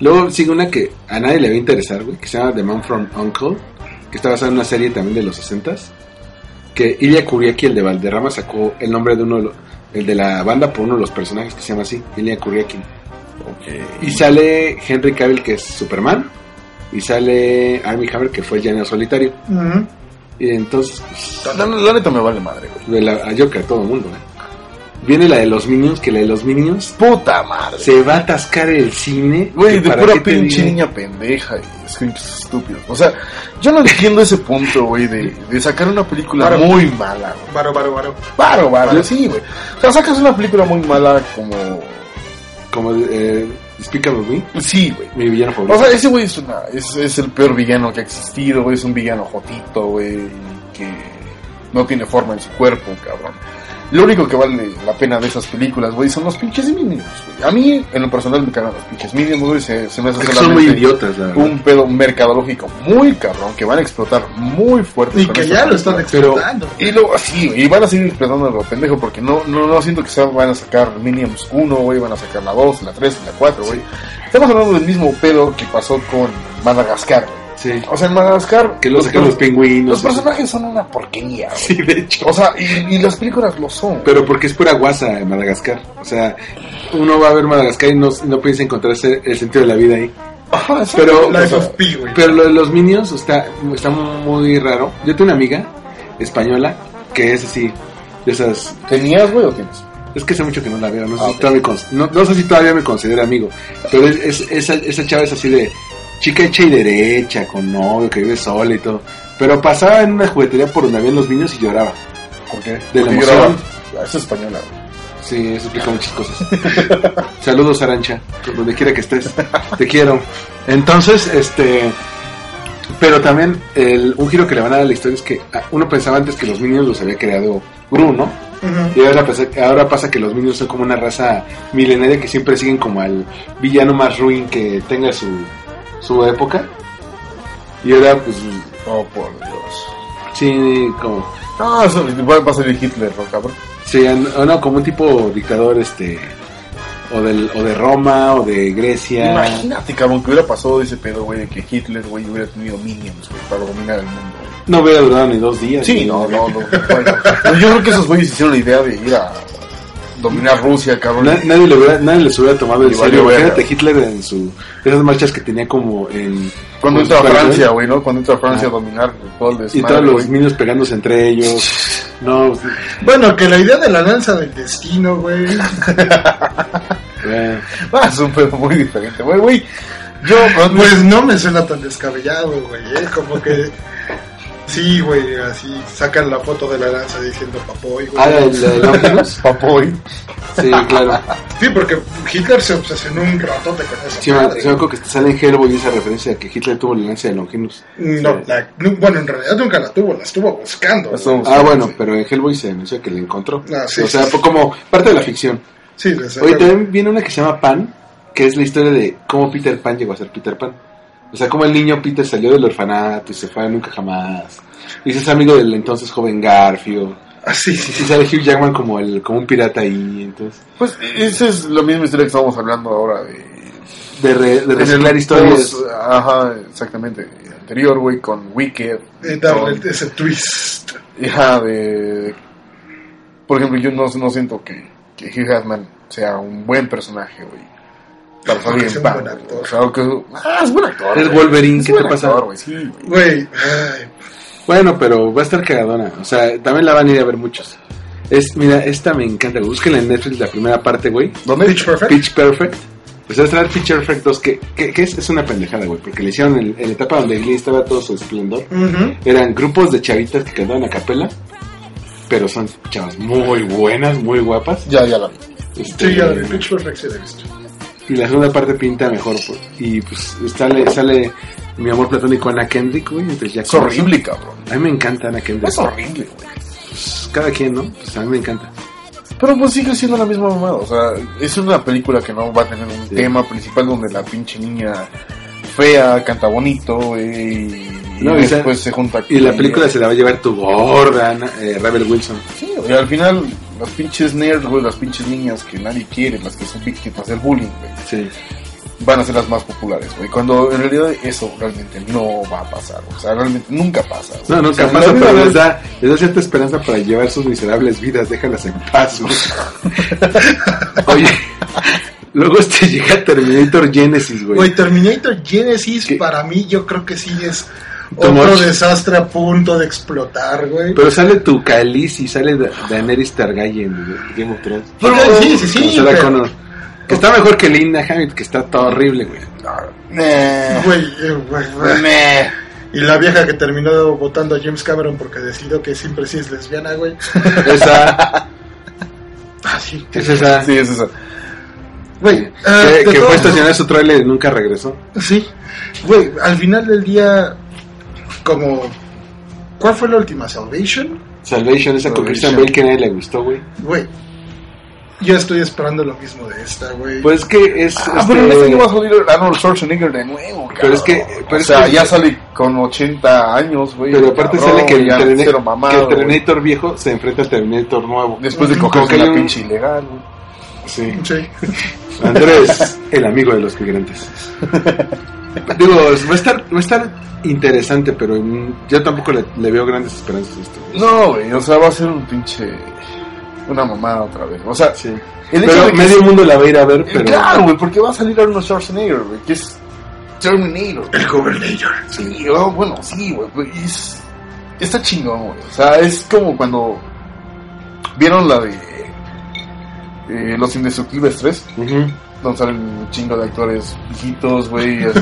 Luego sigue una que a nadie le va a interesar, güey, que se llama The Man from Uncle, que está basada en una serie también de los 60 que Ilya Kuriaki, el de Valderrama, sacó el nombre de uno de los, el de la banda por uno de los personajes que se llama así, Ilya Kuriaki. Ok. Y sale Henry Cavill, que es Superman, y sale Armie Hammer, que fue Janeo Solitario. Ujú. Y entonces, pues, La, la- la neta me vale madre, güey. de la, ah, a Joker, todo el mundo, ¿eh? Viene la de los Minions, que la de los Minions Puta madre. se va a atascar el cine. Güey, que de para pura qué te pinche digo. niña pendeja y scripts estúpidos. O sea, yo no entiendo ese punto, güey, de, de sacar una película Claro. muy mala, güey. Varo, varo, varo. Baro, Varo. baro, sí, güey. O sea, sacas una película muy mala como... Como eh, Despicable Me, Sí, güey. mi villano O favorito. sea, ese güey es, una, es, es el peor villano que ha existido, güey. Es un villano jotito, güey. Que no tiene forma en su cuerpo, cabrón. Lo único que vale la pena de esas películas, güey, son los pinches minions, güey. A mí, en lo personal, me cagan los pinches minions, güey. Se, se me hace Es que son muy solamente idiotas, la verdad. un pedo mercadológico muy cabrón que van a explotar muy fuerte. Y con que esta ya lo película. están Pero- eh, explotando. Y luego así, güey, y van a seguir explotando a lo pendejo porque no, no, no siento que sea, van a sacar Minions 1, güey, van a sacar la 2, la 3, la 4, güey. Estamos hablando del mismo pedo que pasó con Madagascar, güey. Sí. O sea, en Madagascar... Que lo sacan los pingüinos. Los personajes son una porquería, güey. Sí, de hecho. O sea, y, y las películas lo son. Pero porque es pura guasa en Madagascar. O sea, uno va a ver Madagascar y no, no piensa encontrarse el sentido de la vida ahí. Ajá, exacto. Pero, Life of Pi, güey. Pero lo de los Minions está, está muy raro. Yo tengo una amiga española que es así, de esas ¿Tenías, güey, o tienes? Es que hace mucho que no la veo, no sé, Ah, si, ok. todavía me cons- no- no sé si todavía me considero amigo, pero es, es- esa, esa chava es así de chica hecha y derecha, con novio, que vive sola y todo. Pero pasaba en una juguetería por donde habían los niños y lloraba. ¿Por qué? De la Porque emoción. lloraba. Es española, güey. Sí, eso explica muchas cosas. Saludos, Arancha, donde quiera que estés. Te quiero. Entonces, este. Pero también, el, un giro que le van a dar a la historia es que ah, uno pensaba antes que los niños los había creado Gru, ¿no? Ujú. Y ahora pasa, ahora pasa que los minions son como una raza milenaria que siempre siguen como al villano más ruin que tenga su, su época. Y ahora, pues, Oh, por Dios. sí, como, No, eso va va a salir Hitler, ¿no, cabrón? sí, an- o no, como un tipo dictador, este, o, del, o de Roma, o de Grecia. Imagínate, cabrón, que hubiera pasado ese pedo, güey, de que Hitler, güey, hubiera tenido minions, güey, para dominar el mundo. güey. No hubiera durado ni dos días. Sí, güey. no, no, no. bueno. Yo creo que esos güeyes hicieron la idea de ir a dominar Rusia, cabrón. Na- nadie, le hubiera- nadie les hubiera tomado el Y serio. valió verga. Imagínate Hitler en su esas marchas que tenía como en Cuando en entra a su Francia, cuartel, güey, ¿no? Cuando entra a Francia a dominar todo el eh, ah. y todos desmadre, los güey. niños pegándose entre ellos. No, pues, Bueno, que la idea de la danza del destino, güey. eh, Ah, es un pedo muy diferente, güey, güey. Yo, cuando... Pues no me suena tan descabellado, güey. ¿eh? Como que. Sí, güey, así sacan la foto de la danza diciendo papoy, güey. ah, el, el ómnibus. Papoy. Sí, claro. Sí, porque Hitler se obsesionó un ratote con eso. Sí, me sí me acuerdo que sale en Hellboy esa referencia de que Hitler tuvo la lanza de Longinus. No, la- nu- bueno, en realidad nunca la tuvo, la estuvo buscando. güey. Eso, Ah, bueno, pero en Hellboy se anunció que la encontró. Ah, sí, o sea, sí, fue sí. como parte de la ficción. Sí, desde Oye, luego. también viene una que se llama Pan, que es la historia de cómo Peter Pan llegó a ser Peter Pan. O sea, cómo el niño Peter salió del orfanato y se fue a nunca jamás. Y se es amigo del entonces joven Garfio. Ah, sí, Y sí, sí. sí sale Hugh Jackman como, el, como un pirata ahí, entonces. Pues esa es la misma historia que estábamos hablando ahora de... De, re- de En el reciclar historias. post, Ajá, exactamente. Anterior, güey, con Wicked. Eh, darle con- ese twist. Ajá, de... Por ejemplo, yo no, no siento que, que Hugh Jackman sea un buen personaje, güey. Para Que salir sea en un pan. buen actor. güey. O sea, que- ah, es buen actor. Es güey. Wolverine, Es ¿qué te buen pasa? actor, güey, sí, güey. Güey, ay, Bueno, pero va a estar cagadona. O sea, también la van a ir a ver muchos. Es, mira, esta me encanta. güey. Búsquenla en Netflix la primera parte, güey. ¿Dónde? Pitch Perfect. Pitch Perfect. Pues va a estar Pitch Perfect 2, que, que- que es, es una pendejada, güey. Porque le hicieron en, en la etapa donde Glee estaba todo su esplendor. Ujú. Eran grupos de chavitas que cantaban a capela. Pero son chavas muy buenas, muy guapas. Ya, ya la vi. Este, Sí, ya, de Pitch Perfect sí la he visto. Y la segunda parte pinta mejor. pues. Y pues sale, sale mi amor platónico Ana Kendrick, güey. Entonces ya Es horrible, cabrón. A mí me encanta Ana Kendrick. Es horrible, güey. Pues, cada quien, ¿no? Pues a mí me encanta. Pero pues sigue siendo la misma mamada. O sea, es una película que no va a tener un Sí. tema principal donde la pinche niña fea canta bonito, güey. Y, No, y después sea- se junta Y la película se la va a llevar tu gorda, Ana- eh, Rebel Wilson. Sí, güey, al final, las pinches nerds, güey, las pinches niñas que nadie quiere, las que son víctimas del bullying, güey, Sí. van a ser las más populares, güey. Cuando en realidad eso realmente no va a pasar. O sea, realmente nunca pasa. güey. No, O sea, nunca en la pasa, vida pero real- les da, les da cierta esperanza para llevar sus miserables vidas, déjalas en paz, güey. Oye, luego este llega Terminator Genesis, güey. Güey, Terminator Genesis ¿Qué? para mí yo creo que sí es Too otro much. desastre a punto de explotar, güey. Pero sale tu Khaleesi, sale Da- Daenerys Targaryen de Game of Thrones. Pero- sí, sí, sí, Con Sarah pero- Connor. Que está mejor que Linda Hamilton, que está todo horrible, güey. Nah, Güey, eh, güey, güey. nah. Y la vieja que terminó votando a James Cameron porque decidió que siempre sí es lesbiana, güey. Esa, Ah, sí. es esa. Sí, es eso. Güey, ah, que, de que todas- fue estacionar su trailer y nunca regresó. Sí. Güey, al final del día, como... ¿Cuál fue la última? ¿Salvation? Salvation, esa con Christian Salvation. Bale que a nadie le gustó, güey. Güey, yo estoy esperando lo mismo de esta, güey. Pues que es. Ah, este, pero en este no va a salir Arnold Schwarzenegger de nuevo, Pero es que- cabrón. pero o es sea, que- ya sale con 80 años, güey. Pero aparte cabrón, sale que el, ya Termina- cero mamado, que el güey. Terminator viejo se enfrenta al Terminator nuevo. Después de Como cogerse que hay la un- pinche ilegal, güey. Sí. Sí. Andrés, el amigo de los migrantes. Digo, va a estar, va a estar interesante, pero mm, yo tampoco le, le veo grandes esperanzas a este esto. No, güey, o sea, va a ser un pinche. Una mamada otra vez. O sea, Sí. el hecho de Pero que- medio mundo la va a ir a ver, Eh, pero. Claro, güey, porque va a salir Arnold Schwarzenegger, güey, que es Terminator. El Gobernator. Sí, oh, bueno, sí, güey, pero es. Está chingón, güey. O sea, es como cuando. ¿Vieron la de. eh, Los Indestructibles 3? Ujú. Donde salen un chingo de actores viejitos, güey. es-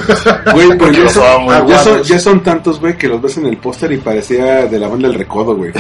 Güey, pero Porque ya los son, amo, ah, güey. ya, son, ya son tantos, güey, que los ves en el póster y parecía de la banda del recodo, güey.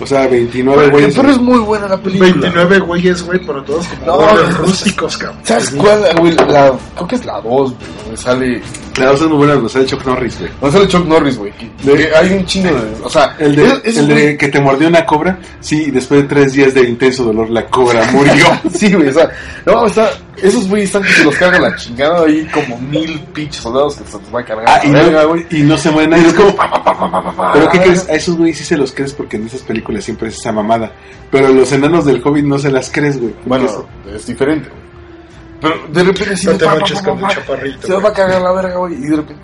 O sea, 29 Pero güeyes. pero es muy buena la película. 29 güeyes, güey, pero todos como No, gordos no, no. rústicos, cabrón. ¿Sabes cuál, güey? La, creo que es la 2, güey, donde sale. Claro, son muy buenas, nos sale Chuck Norris, güey. Donde sale Chuck Norris, güey. que- que Hay un chingo de. O sea, El, de, es- es el muy- de que te mordió una cobra, sí, y después de tres días de intenso dolor, la cobra murió. Sí, güey, o sea, no, o sea, esos güeyes están que se los carga la chingada ahí como mil pinches soldados que se los va a cargar. Ah, y, la verga, no, güey. y no se muere nadie. Es como, pa, pa, pa, pa, pa, pa, pa. Pero ¿qué Ah. crees? A esos güeyes sí se los crees porque en esas películas siempre es esa mamada. Pero los enanos del Hobbit no se las crees, güey. Bueno, Porque es diferente, güey. Pero de repente así No de te pa, pa, manches pa, con pa, el pa, chaparrito, Se güey. va a cargar la verga, güey. Y de repente.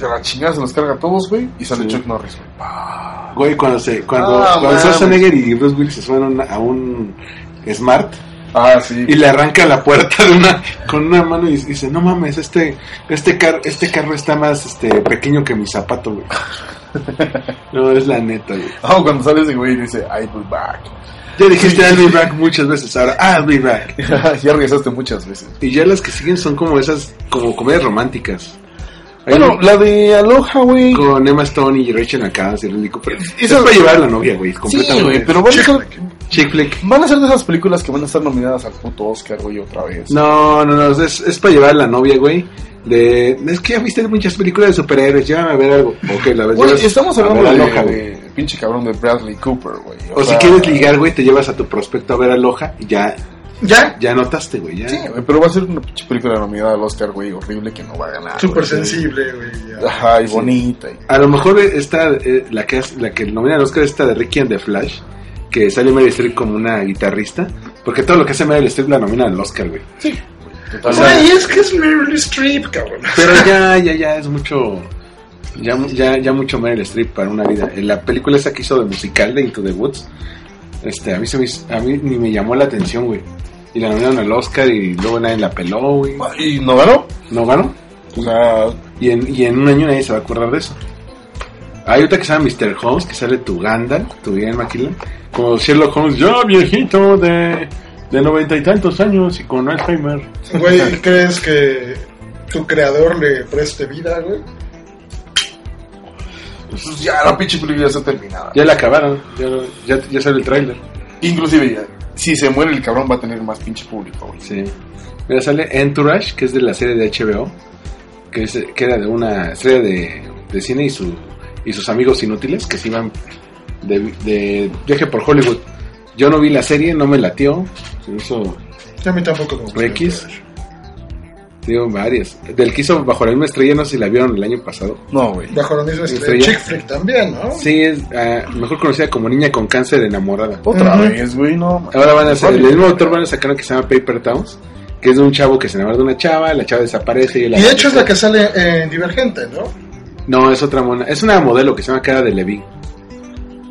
De la chingada se los carga a todos, güey. Y sale Chuck Norris, güey. Pa. Güey, cuando se, cuando, Ah, cuando mames. Schwarzenegger y Bruce Willis se suben a una- a un Smart Ah, sí. y le arranca la puerta de una, con una mano y dice, no mames, este, este carro, este carro está más este pequeño que mi zapato, güey. No, es la neta, güey. Ah, cuando sale ese güey y dice, pues, I will back. Ya dijiste I'll be back muchas veces, ahora I'll be back. ya regresaste muchas veces. Y ya las que siguen son como esas, como comedias románticas. Hay Bueno, un- la de Aloha, güey. con Emma Stone y Rachel McAdams y Ridley Cooper. Eso- Eso va a llevar a la novia, güey, completamente. Sí, güey, pero van a, Chick ser, Chick flick. van a ser de esas películas que van a estar nominadas al puto Oscar, güey, otra vez. Pues, No, no, no, es, es para llevar a la novia, güey. De, es que ya viste muchas películas de superhéroes, llévame a ver algo. Ok, la verdad. Güey, estamos hablando de, Aloha, güey. de pinche cabrón de Bradley Cooper, güey. O si sea, quieres ligar, güey, te llevas a tu prospecto a ver a Loja y ya, Ya, ya notaste, güey. Ya. Sí, güey, pero va a ser una pinche película nominada al Oscar, güey, horrible que no va a ganar. súper güey. sensible, güey. ya. Ajá, y bonita. y- A lo mejor esta, eh, la que es- la que nomina al Oscar es esta de Ricky and the Flash, que sale Meryl Streep como una guitarrista, porque todo lo que hace Meryl Streep la nomina al Oscar, güey. O sea, y es que es Meryl Streep, cabrón. Pero ya, ya, ya es mucho. Ya, mu- ya, ya mucho Meryl Streep para una vida. En la película esa que hizo de musical de Into the Woods, este, a mí, se me hizo- a mí ni me llamó la atención, güey. Y la nominaron al Oscar y luego nadie la peló, güey. ¿Y no ganó? No ganó. O sea, Y en, y en un año nadie se va a acordar de eso. Hay otra que se llama Mr. Holmes, que sale tu Gandalf, tu Ian McKellen, como Sherlock Holmes, ya viejito de, de noventa y tantos años y con Alzheimer. Güey, ¿crees que tu creador le preste vida, güey? pues ya la pinche película ya está terminada. Ya la acabaron, ya, ya, ya sale el tráiler. Inclusive, ya, si se muere el cabrón va a tener más pinche público, güey. Sí. Mira, sale Entourage, que es de la serie de HBO, que, es, que era de una estrella de, de cine y, su, y sus amigos inútiles que se iban de, de viaje por Hollywood. Yo no vi la serie, no me latió, se me hizo A mí tampoco me gusta. X. Digo, varias. Del que hizo Bajo la misma estrella, no sé si la vieron el año pasado. No, güey. Bajo la misma estrella. Estrella. Chick flick también, ¿no? Sí, es ah, mejor conocida como Niña con Cáncer Enamorada. Otra Ujú. vez, güey, no. man. Ahora van a hacer, el Hollywood. mismo autor van a sacar una que se llama Paper Towns, que es de un chavo que se enamora de una chava, la chava desaparece y él Y de hecho es la aparece. que sale en Divergente, ¿no? No, es otra mona. Es una modelo que se llama Cara de Levy,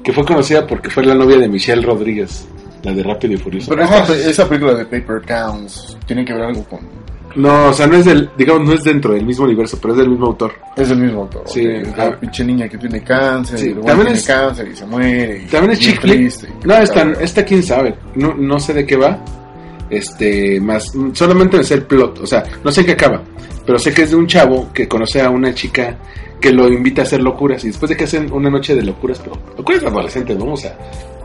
que fue conocida porque fue la novia de Michelle Rodríguez, la de Rápido y Furioso. Pero esta- esa película de Paper Towns tiene que ver algo con... No, o sea, no es del, digamos, no es dentro del mismo universo, pero es del mismo autor. Es el mismo autor. Sí, güey. Es la ah. pinche niña que tiene cáncer, Sí, y luego también tiene es- cáncer y se muere. y- También es y chick flick. triste, y- No, esta, esta quién sabe. No, no sé de qué va. Este, más, mm, solamente es el plot. O sea, no sé en qué acaba. Pero sé que es de un chavo que conoce a una chica que lo invita a hacer locuras. Y después de que hacen una noche de locuras, pero locuras de adolescentes, vamos a,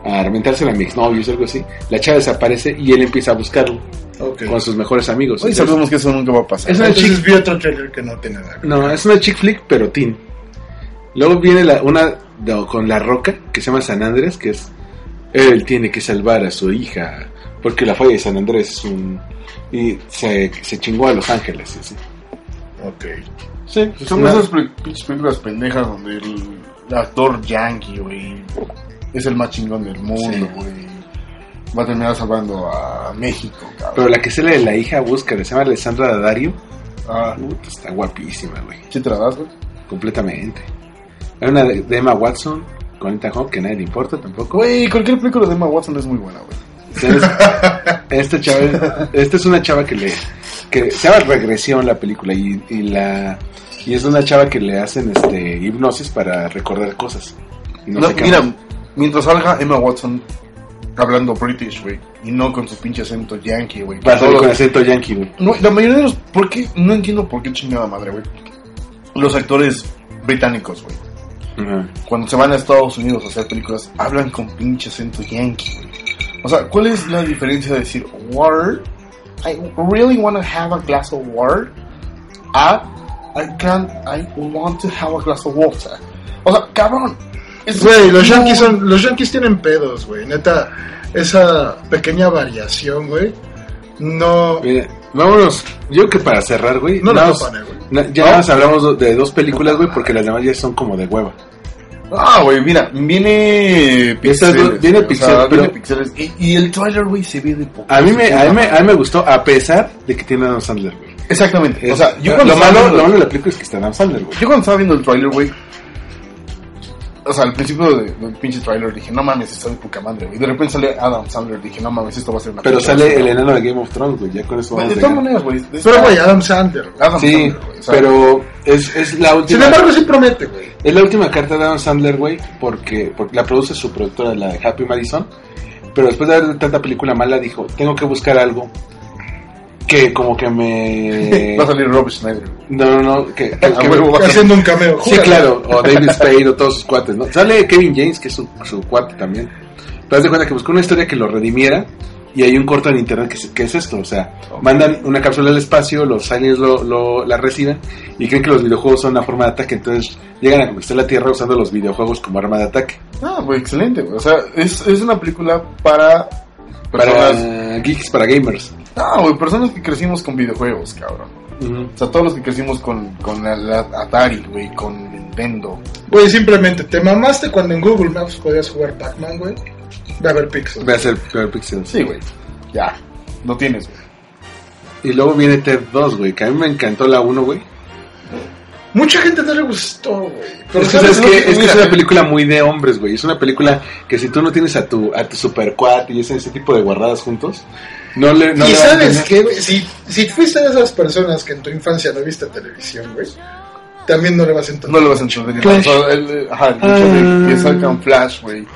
a armentársela a mi exnovios o algo así. La chava desaparece y él empieza a buscarlo Ok. con sus mejores amigos. Hoy Entonces, sabemos que eso nunca va a pasar. Es una Entonces chick- vi otro trailer que no tiene nada. no, es una chick flick, pero teen. Luego viene la, una de- con La Roca, que se llama San Andrés, que es... Él tiene que salvar a su hija, porque la falla de San Andrés es un... Y se, se chingó a Los Ángeles, y así. Ok. Sí, Pues Son esas pel- pinches películas pendejas donde el, el actor yankee, güey, es el más chingón del Sí. mundo, güey. Va a terminar salvando a México, cabrón. Pero la que sale de la hija busca, se llama Alessandra Daddario. Ah, Puta, está guapísima, güey. ¿sí te la das, güey? Completamente. Hay una de de Emma Watson, con Ethan Hawke, que a nadie le importa tampoco. Güey, cualquier película de Emma Watson es muy buena, güey. ¿Sabes? Esta chava, esta este es una chava que le, que se llama regresión la película y, y la, y es una chava que le hacen este hipnosis para recordar cosas. Y no No, se cansa. mira, mientras salga Emma Watson hablando British, güey, y no con su pinche acento yankee, güey. va a salir Todos- con acento yankee, güey. No, la mayoría de los. ¿Por qué? No entiendo por qué chingada madre, güey. Los actores británicos, güey. cuando se van a Estados Unidos a hacer películas, hablan con pinche acento yankee. güey. O sea, ¿cuál es la diferencia de decir water? I really want to have a glass of water. A I can't, I want to have a glass of water. O sea, cabrón. es- Güey, los yankees, no, son, los yankees tienen pedos, güey. Neta, esa pequeña variación, güey, no, Mira, vámonos. Yo creo que para cerrar, güey. no nada la más- topan, eh, güey. na- ya nada más hablamos de dos películas, güey, porque las demás ya son como de hueva. Ah, güey, mira, viene Estas pixeles. dos- viene güey, o pixeles, sea, viene pero- pixeles. Y, y el trailer, güey, se ve de poca A mí, me, a, mí me, madre. a mí me gustó, a pesar de que tiene a Adam Sandler, güey. Exactamente. O sea, yo lo, cuando, estaba malo, viendo- lo malo de la película es que está Adam Sandler, güey. yo cuando estaba viendo el trailer, güey. O sea, al principio de- del pinche trailer dije, no mames, está de poca madre, güey. De repente sale Adam Sandler, dije, no mames, esto va a ser una Pero pinche sale basura. el enano de Game of Thrones, güey. Ya con eso Güey, vamos Pues, De de todas gana. maneras, güey. está- Pero, güey, Adam Sandler. güey. Adam Sí, Sandler, güey, o sea, pero es, es la Sin última. embargo, sí promete, güey. Es la última carta de Adam Sandler, güey, porque, porque la produce su productora, la de Happy Madison. Pero después de ver tanta película mala, dijo: Tengo que buscar algo que, como que me. Va a salir Rob Schneider, güey. No, no, no. Que, que- A que- huevo. Bueno. Haciendo un cameo. Sí, Júralo. claro. O David Spade o todos sus cuates, ¿no? Sale Kevin James, que es su, su cuate también. Pero haz de cuenta que buscó una historia que lo redimiera. Y hay un corto en internet que es, que es esto, o sea, Ok. mandan una cápsula al espacio, los aliens lo, lo- la reciben y creen que los videojuegos son una forma de ataque, entonces llegan a conquistar la Tierra usando los videojuegos como arma de ataque. Ah, güey, excelente, güey. O sea, es, es una película para Para personas. geeks, para gamers. No, güey, personas que crecimos con videojuegos, cabrón. O sea, todos los que crecimos con, con la, la Atari, güey, con Nintendo. Güey, simplemente te mamaste cuando en Google Maps podías jugar Pac-Man, güey. Va a haber pixels. Voy a hacer Fear Pixels. Sí, güey. Ya. No tienes, güey. Y luego viene Ted 2, güey, que a mí me encantó la 1, güey. Mucha gente no le gustó, güey. Pero Es que, ¿sabes ¿sabes lo qué? es, que es mira, una película muy de hombres, güey. Es una película que si tú no tienes a tu, a tu super cuate y ese, ese tipo de guardadas juntos, no le. No le y vas a sabes entender. qué, güey, si, si fuiste de esas personas que en tu infancia no viste televisión, güey, también no le vas a entender. No lo vas a entender. Flash. O sea, el- ajá, el hecho de que sacan Flash, güey.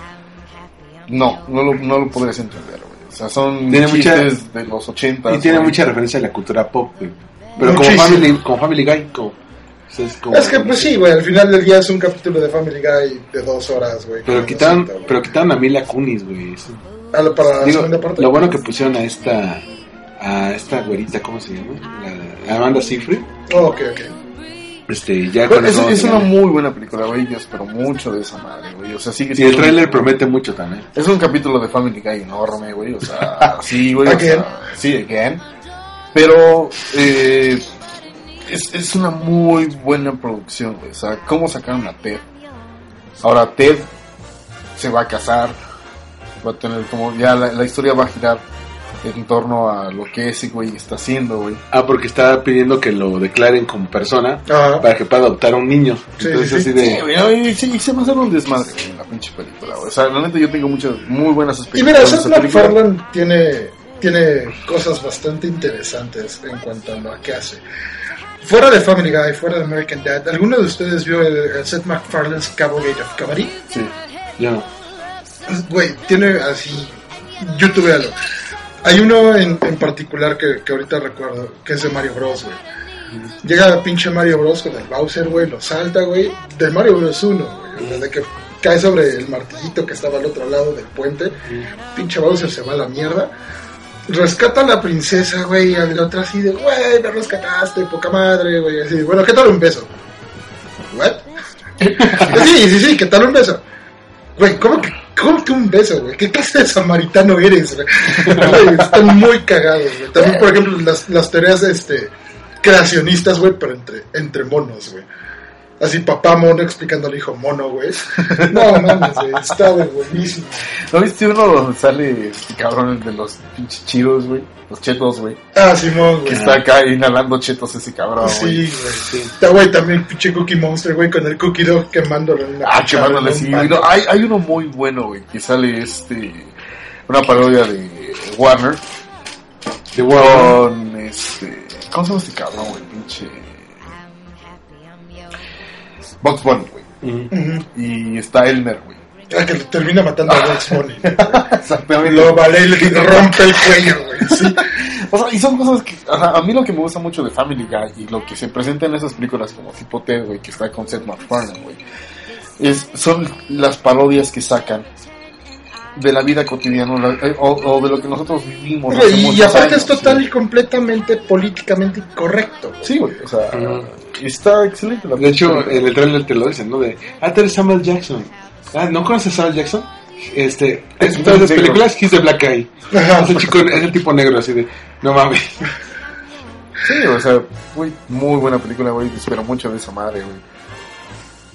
No, no lo, no lo podrías entender, güey. O sea, son Tiene chistes de los 80. Y tiene mucha referencia a la cultura pop, güey. Pero como Muchísimo. family, como family Guy, como, o sea, es como- Es que, pues sí, güey, al final del día es un capítulo de Family Guy de dos horas, güey. Pero con quitaron, una cita, pero quitaron a Mila Kunis, güey. eso. güey. Ah, para la Digo, segunda parte. lo bueno que pusieron a esta. A esta güerita, ¿cómo se llama? La- La, Amanda Seyfried. Oh, ok, ok. Este, ya Pero con es, eso es una vamos a ganar. muy buena película, güey. Yo espero mucho de esa madre, güey. O sea, sigue Y el siendo- tráiler promete mucho también. Es un capítulo de Family Guy enorme, güey. O sea, sí, güey. o Again. sea, sí, again. Pero eh, es, es una muy buena producción, güey. O sea, ¿cómo sacaron a Ted? Ahora Ted se va a casar. Va a tener como. Ya la, la historia va a girar en torno a lo que ese güey está haciendo, güey. Ah, porque está pidiendo que lo declaren como persona Ajá. para que pueda adoptar a un niño. Sí, Entonces sí, sí. así Sí, de... güey. no, y sí, se va a hacer un desmadre, güey, la pinche película, güey. O sea, realmente yo tengo muchas muy buenas Y expectativas. mira, de esa Seth película. MacFarlane tiene, tiene cosas bastante interesantes en cuanto a lo que hace. Fuera de Family Guy, fuera de American Dad, ¿alguno de ustedes vio el, el Seth MacFarlane's Cavalcade of Cabaret? Sí. Yo no. Güey, tiene así. youtubealo. Hay uno en, en particular que, que ahorita recuerdo, que es de Mario Bros, güey. Llega pinche Mario Bros con el Bowser, güey, lo salta, güey, del Mario Bros 1, güey. o sea, de que cae sobre el martillito que estaba al otro lado del puente. Pinche Bowser se va a la mierda. Rescata a la princesa, güey, y al otro así de, güey, me rescataste, poca madre, güey. Así, bueno, ¿qué tal un beso? ¿What? sí, sí, sí, ¿qué tal un beso? Güey, ¿cómo que, cómo que un beso, güey? ¿Qué clase de samaritano eres, güey? Güey, Están muy cagados, güey. También, por ejemplo, las, las teorías este, creacionistas, güey, pero entre, entre monos, güey. Así papá mono explicando al hijo mono, güey. No, mames, güey, está de buenísimo. ¿No viste uno donde sale este cabrón el de los pinches chidos, güey? Los chetos, güey. Ah, Simón, Que güey. está acá inhalando chetos ese cabrón, Sí, güey. güey. Está, güey, también el pinche Cookie Monster, güey, con el Cookie Dog quemándolo en una Ah, cuchara, chaval, en sí. un güey. pan. No, hay, hay uno muy bueno, güey, que sale este... Una parodia de Warner De wow. con este... ¿Cómo se llama este cabrón, güey? Pinche... Box Bunny, güey. Ujú. Y está Elmer, güey. Ah, que le termina matando a Bugs Bunny. güey. Exactamente. Lo vale y le rompe el cuello, güey. Sí. O sea, y son cosas que. o sea, a mí lo que me gusta mucho de Family Guy y lo que se presenta en esas películas como tipo Ted, güey, que está con Seth MacFarlane, güey, es, son las parodias que sacan de la vida cotidiana la- eh, o, o de lo que nosotros vivimos. hace Güey, y muchos aparte es años, total güey. y completamente políticamente incorrecto. güey. Sí, güey, o sea, Ajá. está excelente la De hecho, película. eh, en el trailer te lo dicen, ¿no? De, ah, tú eres Samuel Jackson. Ah, ¿no conoces a Samuel Jackson? Este, Es es todas las negro. películas, he's de Black Eye. Ajá. Ese chico, es el tipo negro, así de, no mames. Sí, o sea, güey, muy buena película, güey, espero mucho de esa madre, güey.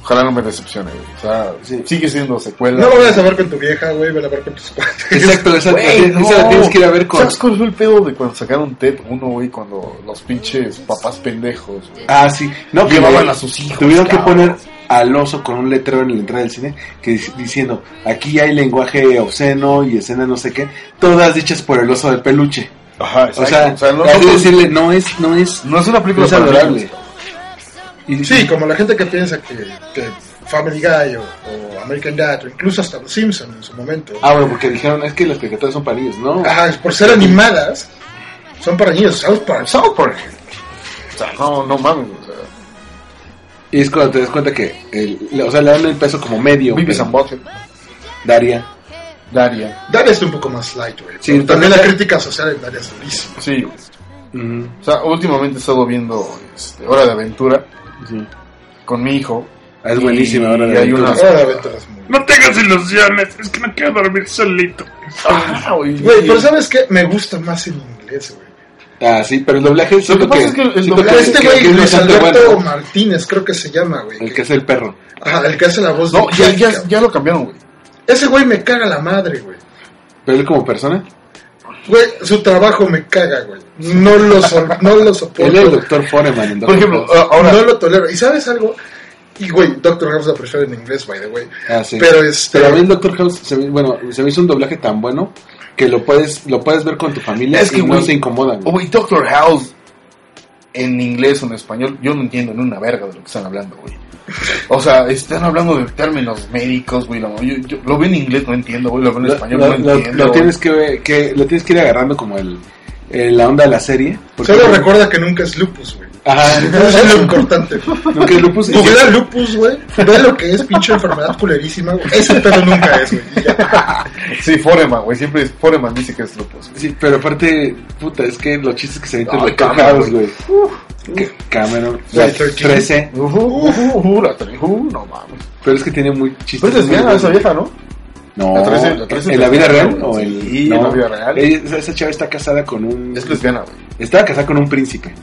Ojalá no me decepcione, güey. O sea, Sí. sigue siendo secuela. No lo vayas a ver con tu vieja, güey, vela a ver con tus cuates. Exacto, esa, esa la tienes que ir a ver con. ¿Sabes cuál fue el pedo de cuando sacaron TED 1, güey? Cuando los pinches papás pendejos, güey. Ah, sí. No, que Llevaban le- a sus hijos, Tuvieron que cabrón. poner al oso con un letrero en la entrada del cine que dic- diciendo, aquí hay lenguaje obsceno y escena no sé qué, todas dichas por el oso de peluche. Ajá, O exacto. sea, no, hay que no- decirle, no es, no es, no es una no película es para adorable. niños. Y- Sí, como la gente que piensa que, que Family Guy o, o American Dad, o incluso hasta Los Simpsons en su momento. Ah, bueno, porque dijeron, es que las caricaturas son para niños, ¿no? Ah. Ajá, por ser animadas, son para niños. South Park. South Park. O sea, no, no mames, o sea. Y es cuando te das cuenta que, el- le- o sea, le dan el peso como medio. Beavis pero- and Butthead. Daria. Daria. Daria está este un poco más light, güey. Sí, Pero también la entonces- crítica social en Daria es durísima. Sí. Ujú, O sea, últimamente he estado viendo este, Hora de Aventura sí. con mi hijo. Ah, Es buenísima. Y ahora la hay aventura. unas- Ahora, vete a las muy- No tengas ilusiones, es que no quiero dormir solito. Ajá, güey. Güey, pero ¿sabes qué? Me gusta más en inglés, güey. Ah, sí, pero el doblaje Lo que siento pasa es que el siento doblaje- que- Este que- güey, que es Luis bastante Alberto bueno. Martínez, creo que se llama, güey. El que es el perro. Ajá, el que hace la voz No, de ya, Jack, ya, cabrón. ya lo cambiaron, güey. Ese güey me caga la madre, güey. Pero él como persona. Güey, su trabajo me caga, güey. No lo, so- no lo soporto. Él es el doctor Foreman. en Por Doctor ejemplo, House. a- ahora. No lo tolero. ¿Y sabes algo? Y, güey, Doctor House la prefiero en inglés, by the way. Ah, sí. Pero este... Pero a mí el Doctor House se me, bueno, se me hizo un doblaje tan bueno que lo puedes, lo puedes ver con tu familia Es que, y no güey, se incomodan. güey. Güey, Doctor House en inglés o en español, yo no entiendo en una verga de lo que están hablando, güey. O sea, están hablando de términos médicos, güey. la- Yo, yo- lo veo en inglés, no entiendo, güey. Lo veo en Lo- español, lo- no lo- entiendo. lo güey. tienes que, ver- que- lo tienes que ir agarrando como el, el- la onda de la serie. porque- Solo recuerda que nunca es lupus, güey. Ajá. Eso es lo importante. Nunca es lupus. Googlea lupus, güey. Ve lo que es pinche enfermedad culerísima, güey. Ese pedo nunca es, güey. Y ya. Sí, Foreman, güey. Siempre es- Foreman dice que es lupus. güey. Sí, pero aparte, puta, es que los chistes que se meten Ay, los Doctor Cameron, House, güey. Que Cameron, La las 13. 13, Uh, uh, uh, uh, la tre- uh, no mames. pero Pues es que tiene muy Pero chistes. es muy lesbiana buenos. esa vieja, ¿no? No, La 13, la 13 ¿en la vida lesbiana, real o güey. el, Sí, en la vida real. Ella- esa- esa chava está casada con un... Es lesbiana, güey. Estaba casada con un príncipe.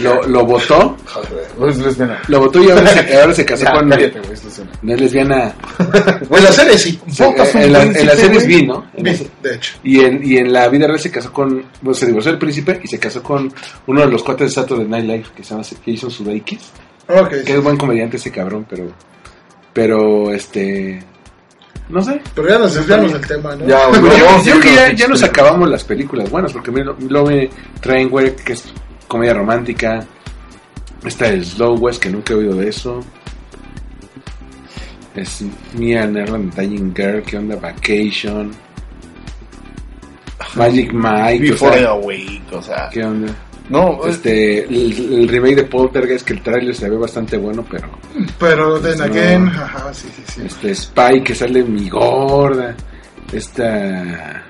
Lo, lo votó, Joder, güey, es lesbiana. lo votó y ahora se, ahora se casó Ya, con... cállate, güey, es lesbiana. No es lesbiana. Pues la serie sí. Se- Votas un eh, en, la, en príncipe, la serie es güey. bi, ¿no? En la se- De hecho. y, en, y en la vida real se casó con... Bueno, se divorció del príncipe y se casó con uno de los cuates de Saturday Night Live que se llama Jason Sudeikis. Ok. Que es buen comediante ese cabrón, pero... Pero, este... No sé. Pero ya nos desviamos del tema, ¿no? Ya, güey. Yo, llevamos yo que viendo ya, los ya nos pinches acabamos las películas buenas, porque mira, lo ve Trainwreck, que es comedia romántica. Está el Slow West, que nunca he oído de eso. Es Mia Nerland Dying Girl, que onda Vacation. Magic Mike, o Before I sea, Awake, o sea. ¿qué onda? No, es- Este, el, el remake de Poltergeist, que el trailer se ve bastante bueno, pero Pero then No. again, ajá, sí, sí, sí. este Spy, que sale mi gorda. Esta.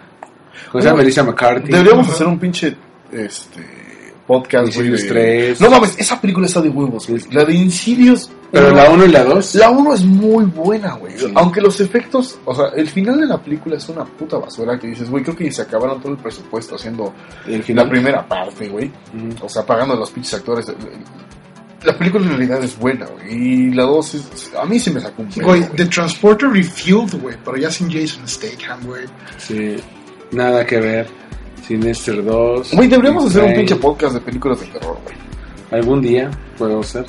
¿Cómo se llama? Bueno, Melissa McCarthy. Deberíamos hacer un pinche este podcast güey, Insidious de- 3. No mames, esa película está de huevos, güey. La de Insidious. Pero no, la 1 y la 2. Pues, la uno es muy buena, güey. Sí. Aunque los efectos, o sea, el final de la película es una puta basura que dices, güey, creo que se acabaron todo el presupuesto haciendo El la primera parte, güey. Mm. O sea, pagando a los pinches actores. La película en realidad es buena, güey. Y la 2 es, a mí se me sacó un pedo, Güey, güey. The Transporter Refueled, güey. Pero ya sin Jason Statham, güey. Sí. Nada que ver. Sinister 2. Güey, deberíamos hacer un Prey. pinche podcast de películas de terror, güey. Algún día puedo hacer.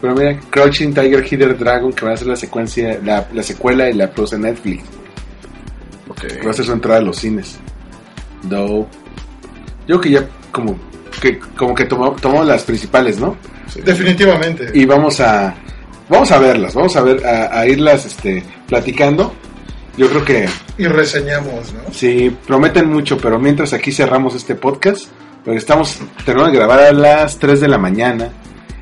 Pero mira, Crouching Tiger, Hidden Dragon, que va a ser la secuencia, la, la secuela y la plus de Netflix. Porque Que va a ser su entrada a los cines. Dope. Yo creo que ya como que como que tomo- tomamos las principales, ¿no? Definitivamente. y vamos a vamos a verlas, vamos a ver a, a irlas este platicando. Yo creo que Y reseñamos, ¿no? sí prometen mucho, pero mientras aquí cerramos este podcast, porque estamos terminando de grabar a las 3 de la mañana.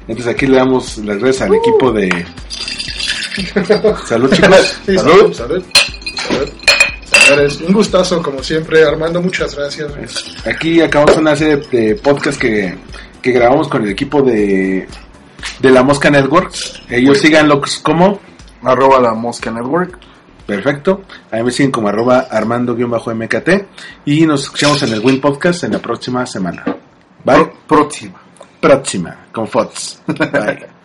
Entonces aquí le damos las gracias Uh. al equipo de Salud Pues, chicos. Sí, Salud. salud, salud. Salud. Señores, un gustazo como siempre, Armando, muchas gracias. güey. Aquí acabamos una serie de, de podcast que, que grabamos con el equipo de de la Mosca Network. Ellos síganlos como arroba la mosca network. Perfecto. A mí me siguen como arroba armando-mkt. Y nos escuchamos en el Win Podcast en la próxima semana. Bye. Pro- próxima. próxima. Con FOTS. Bye.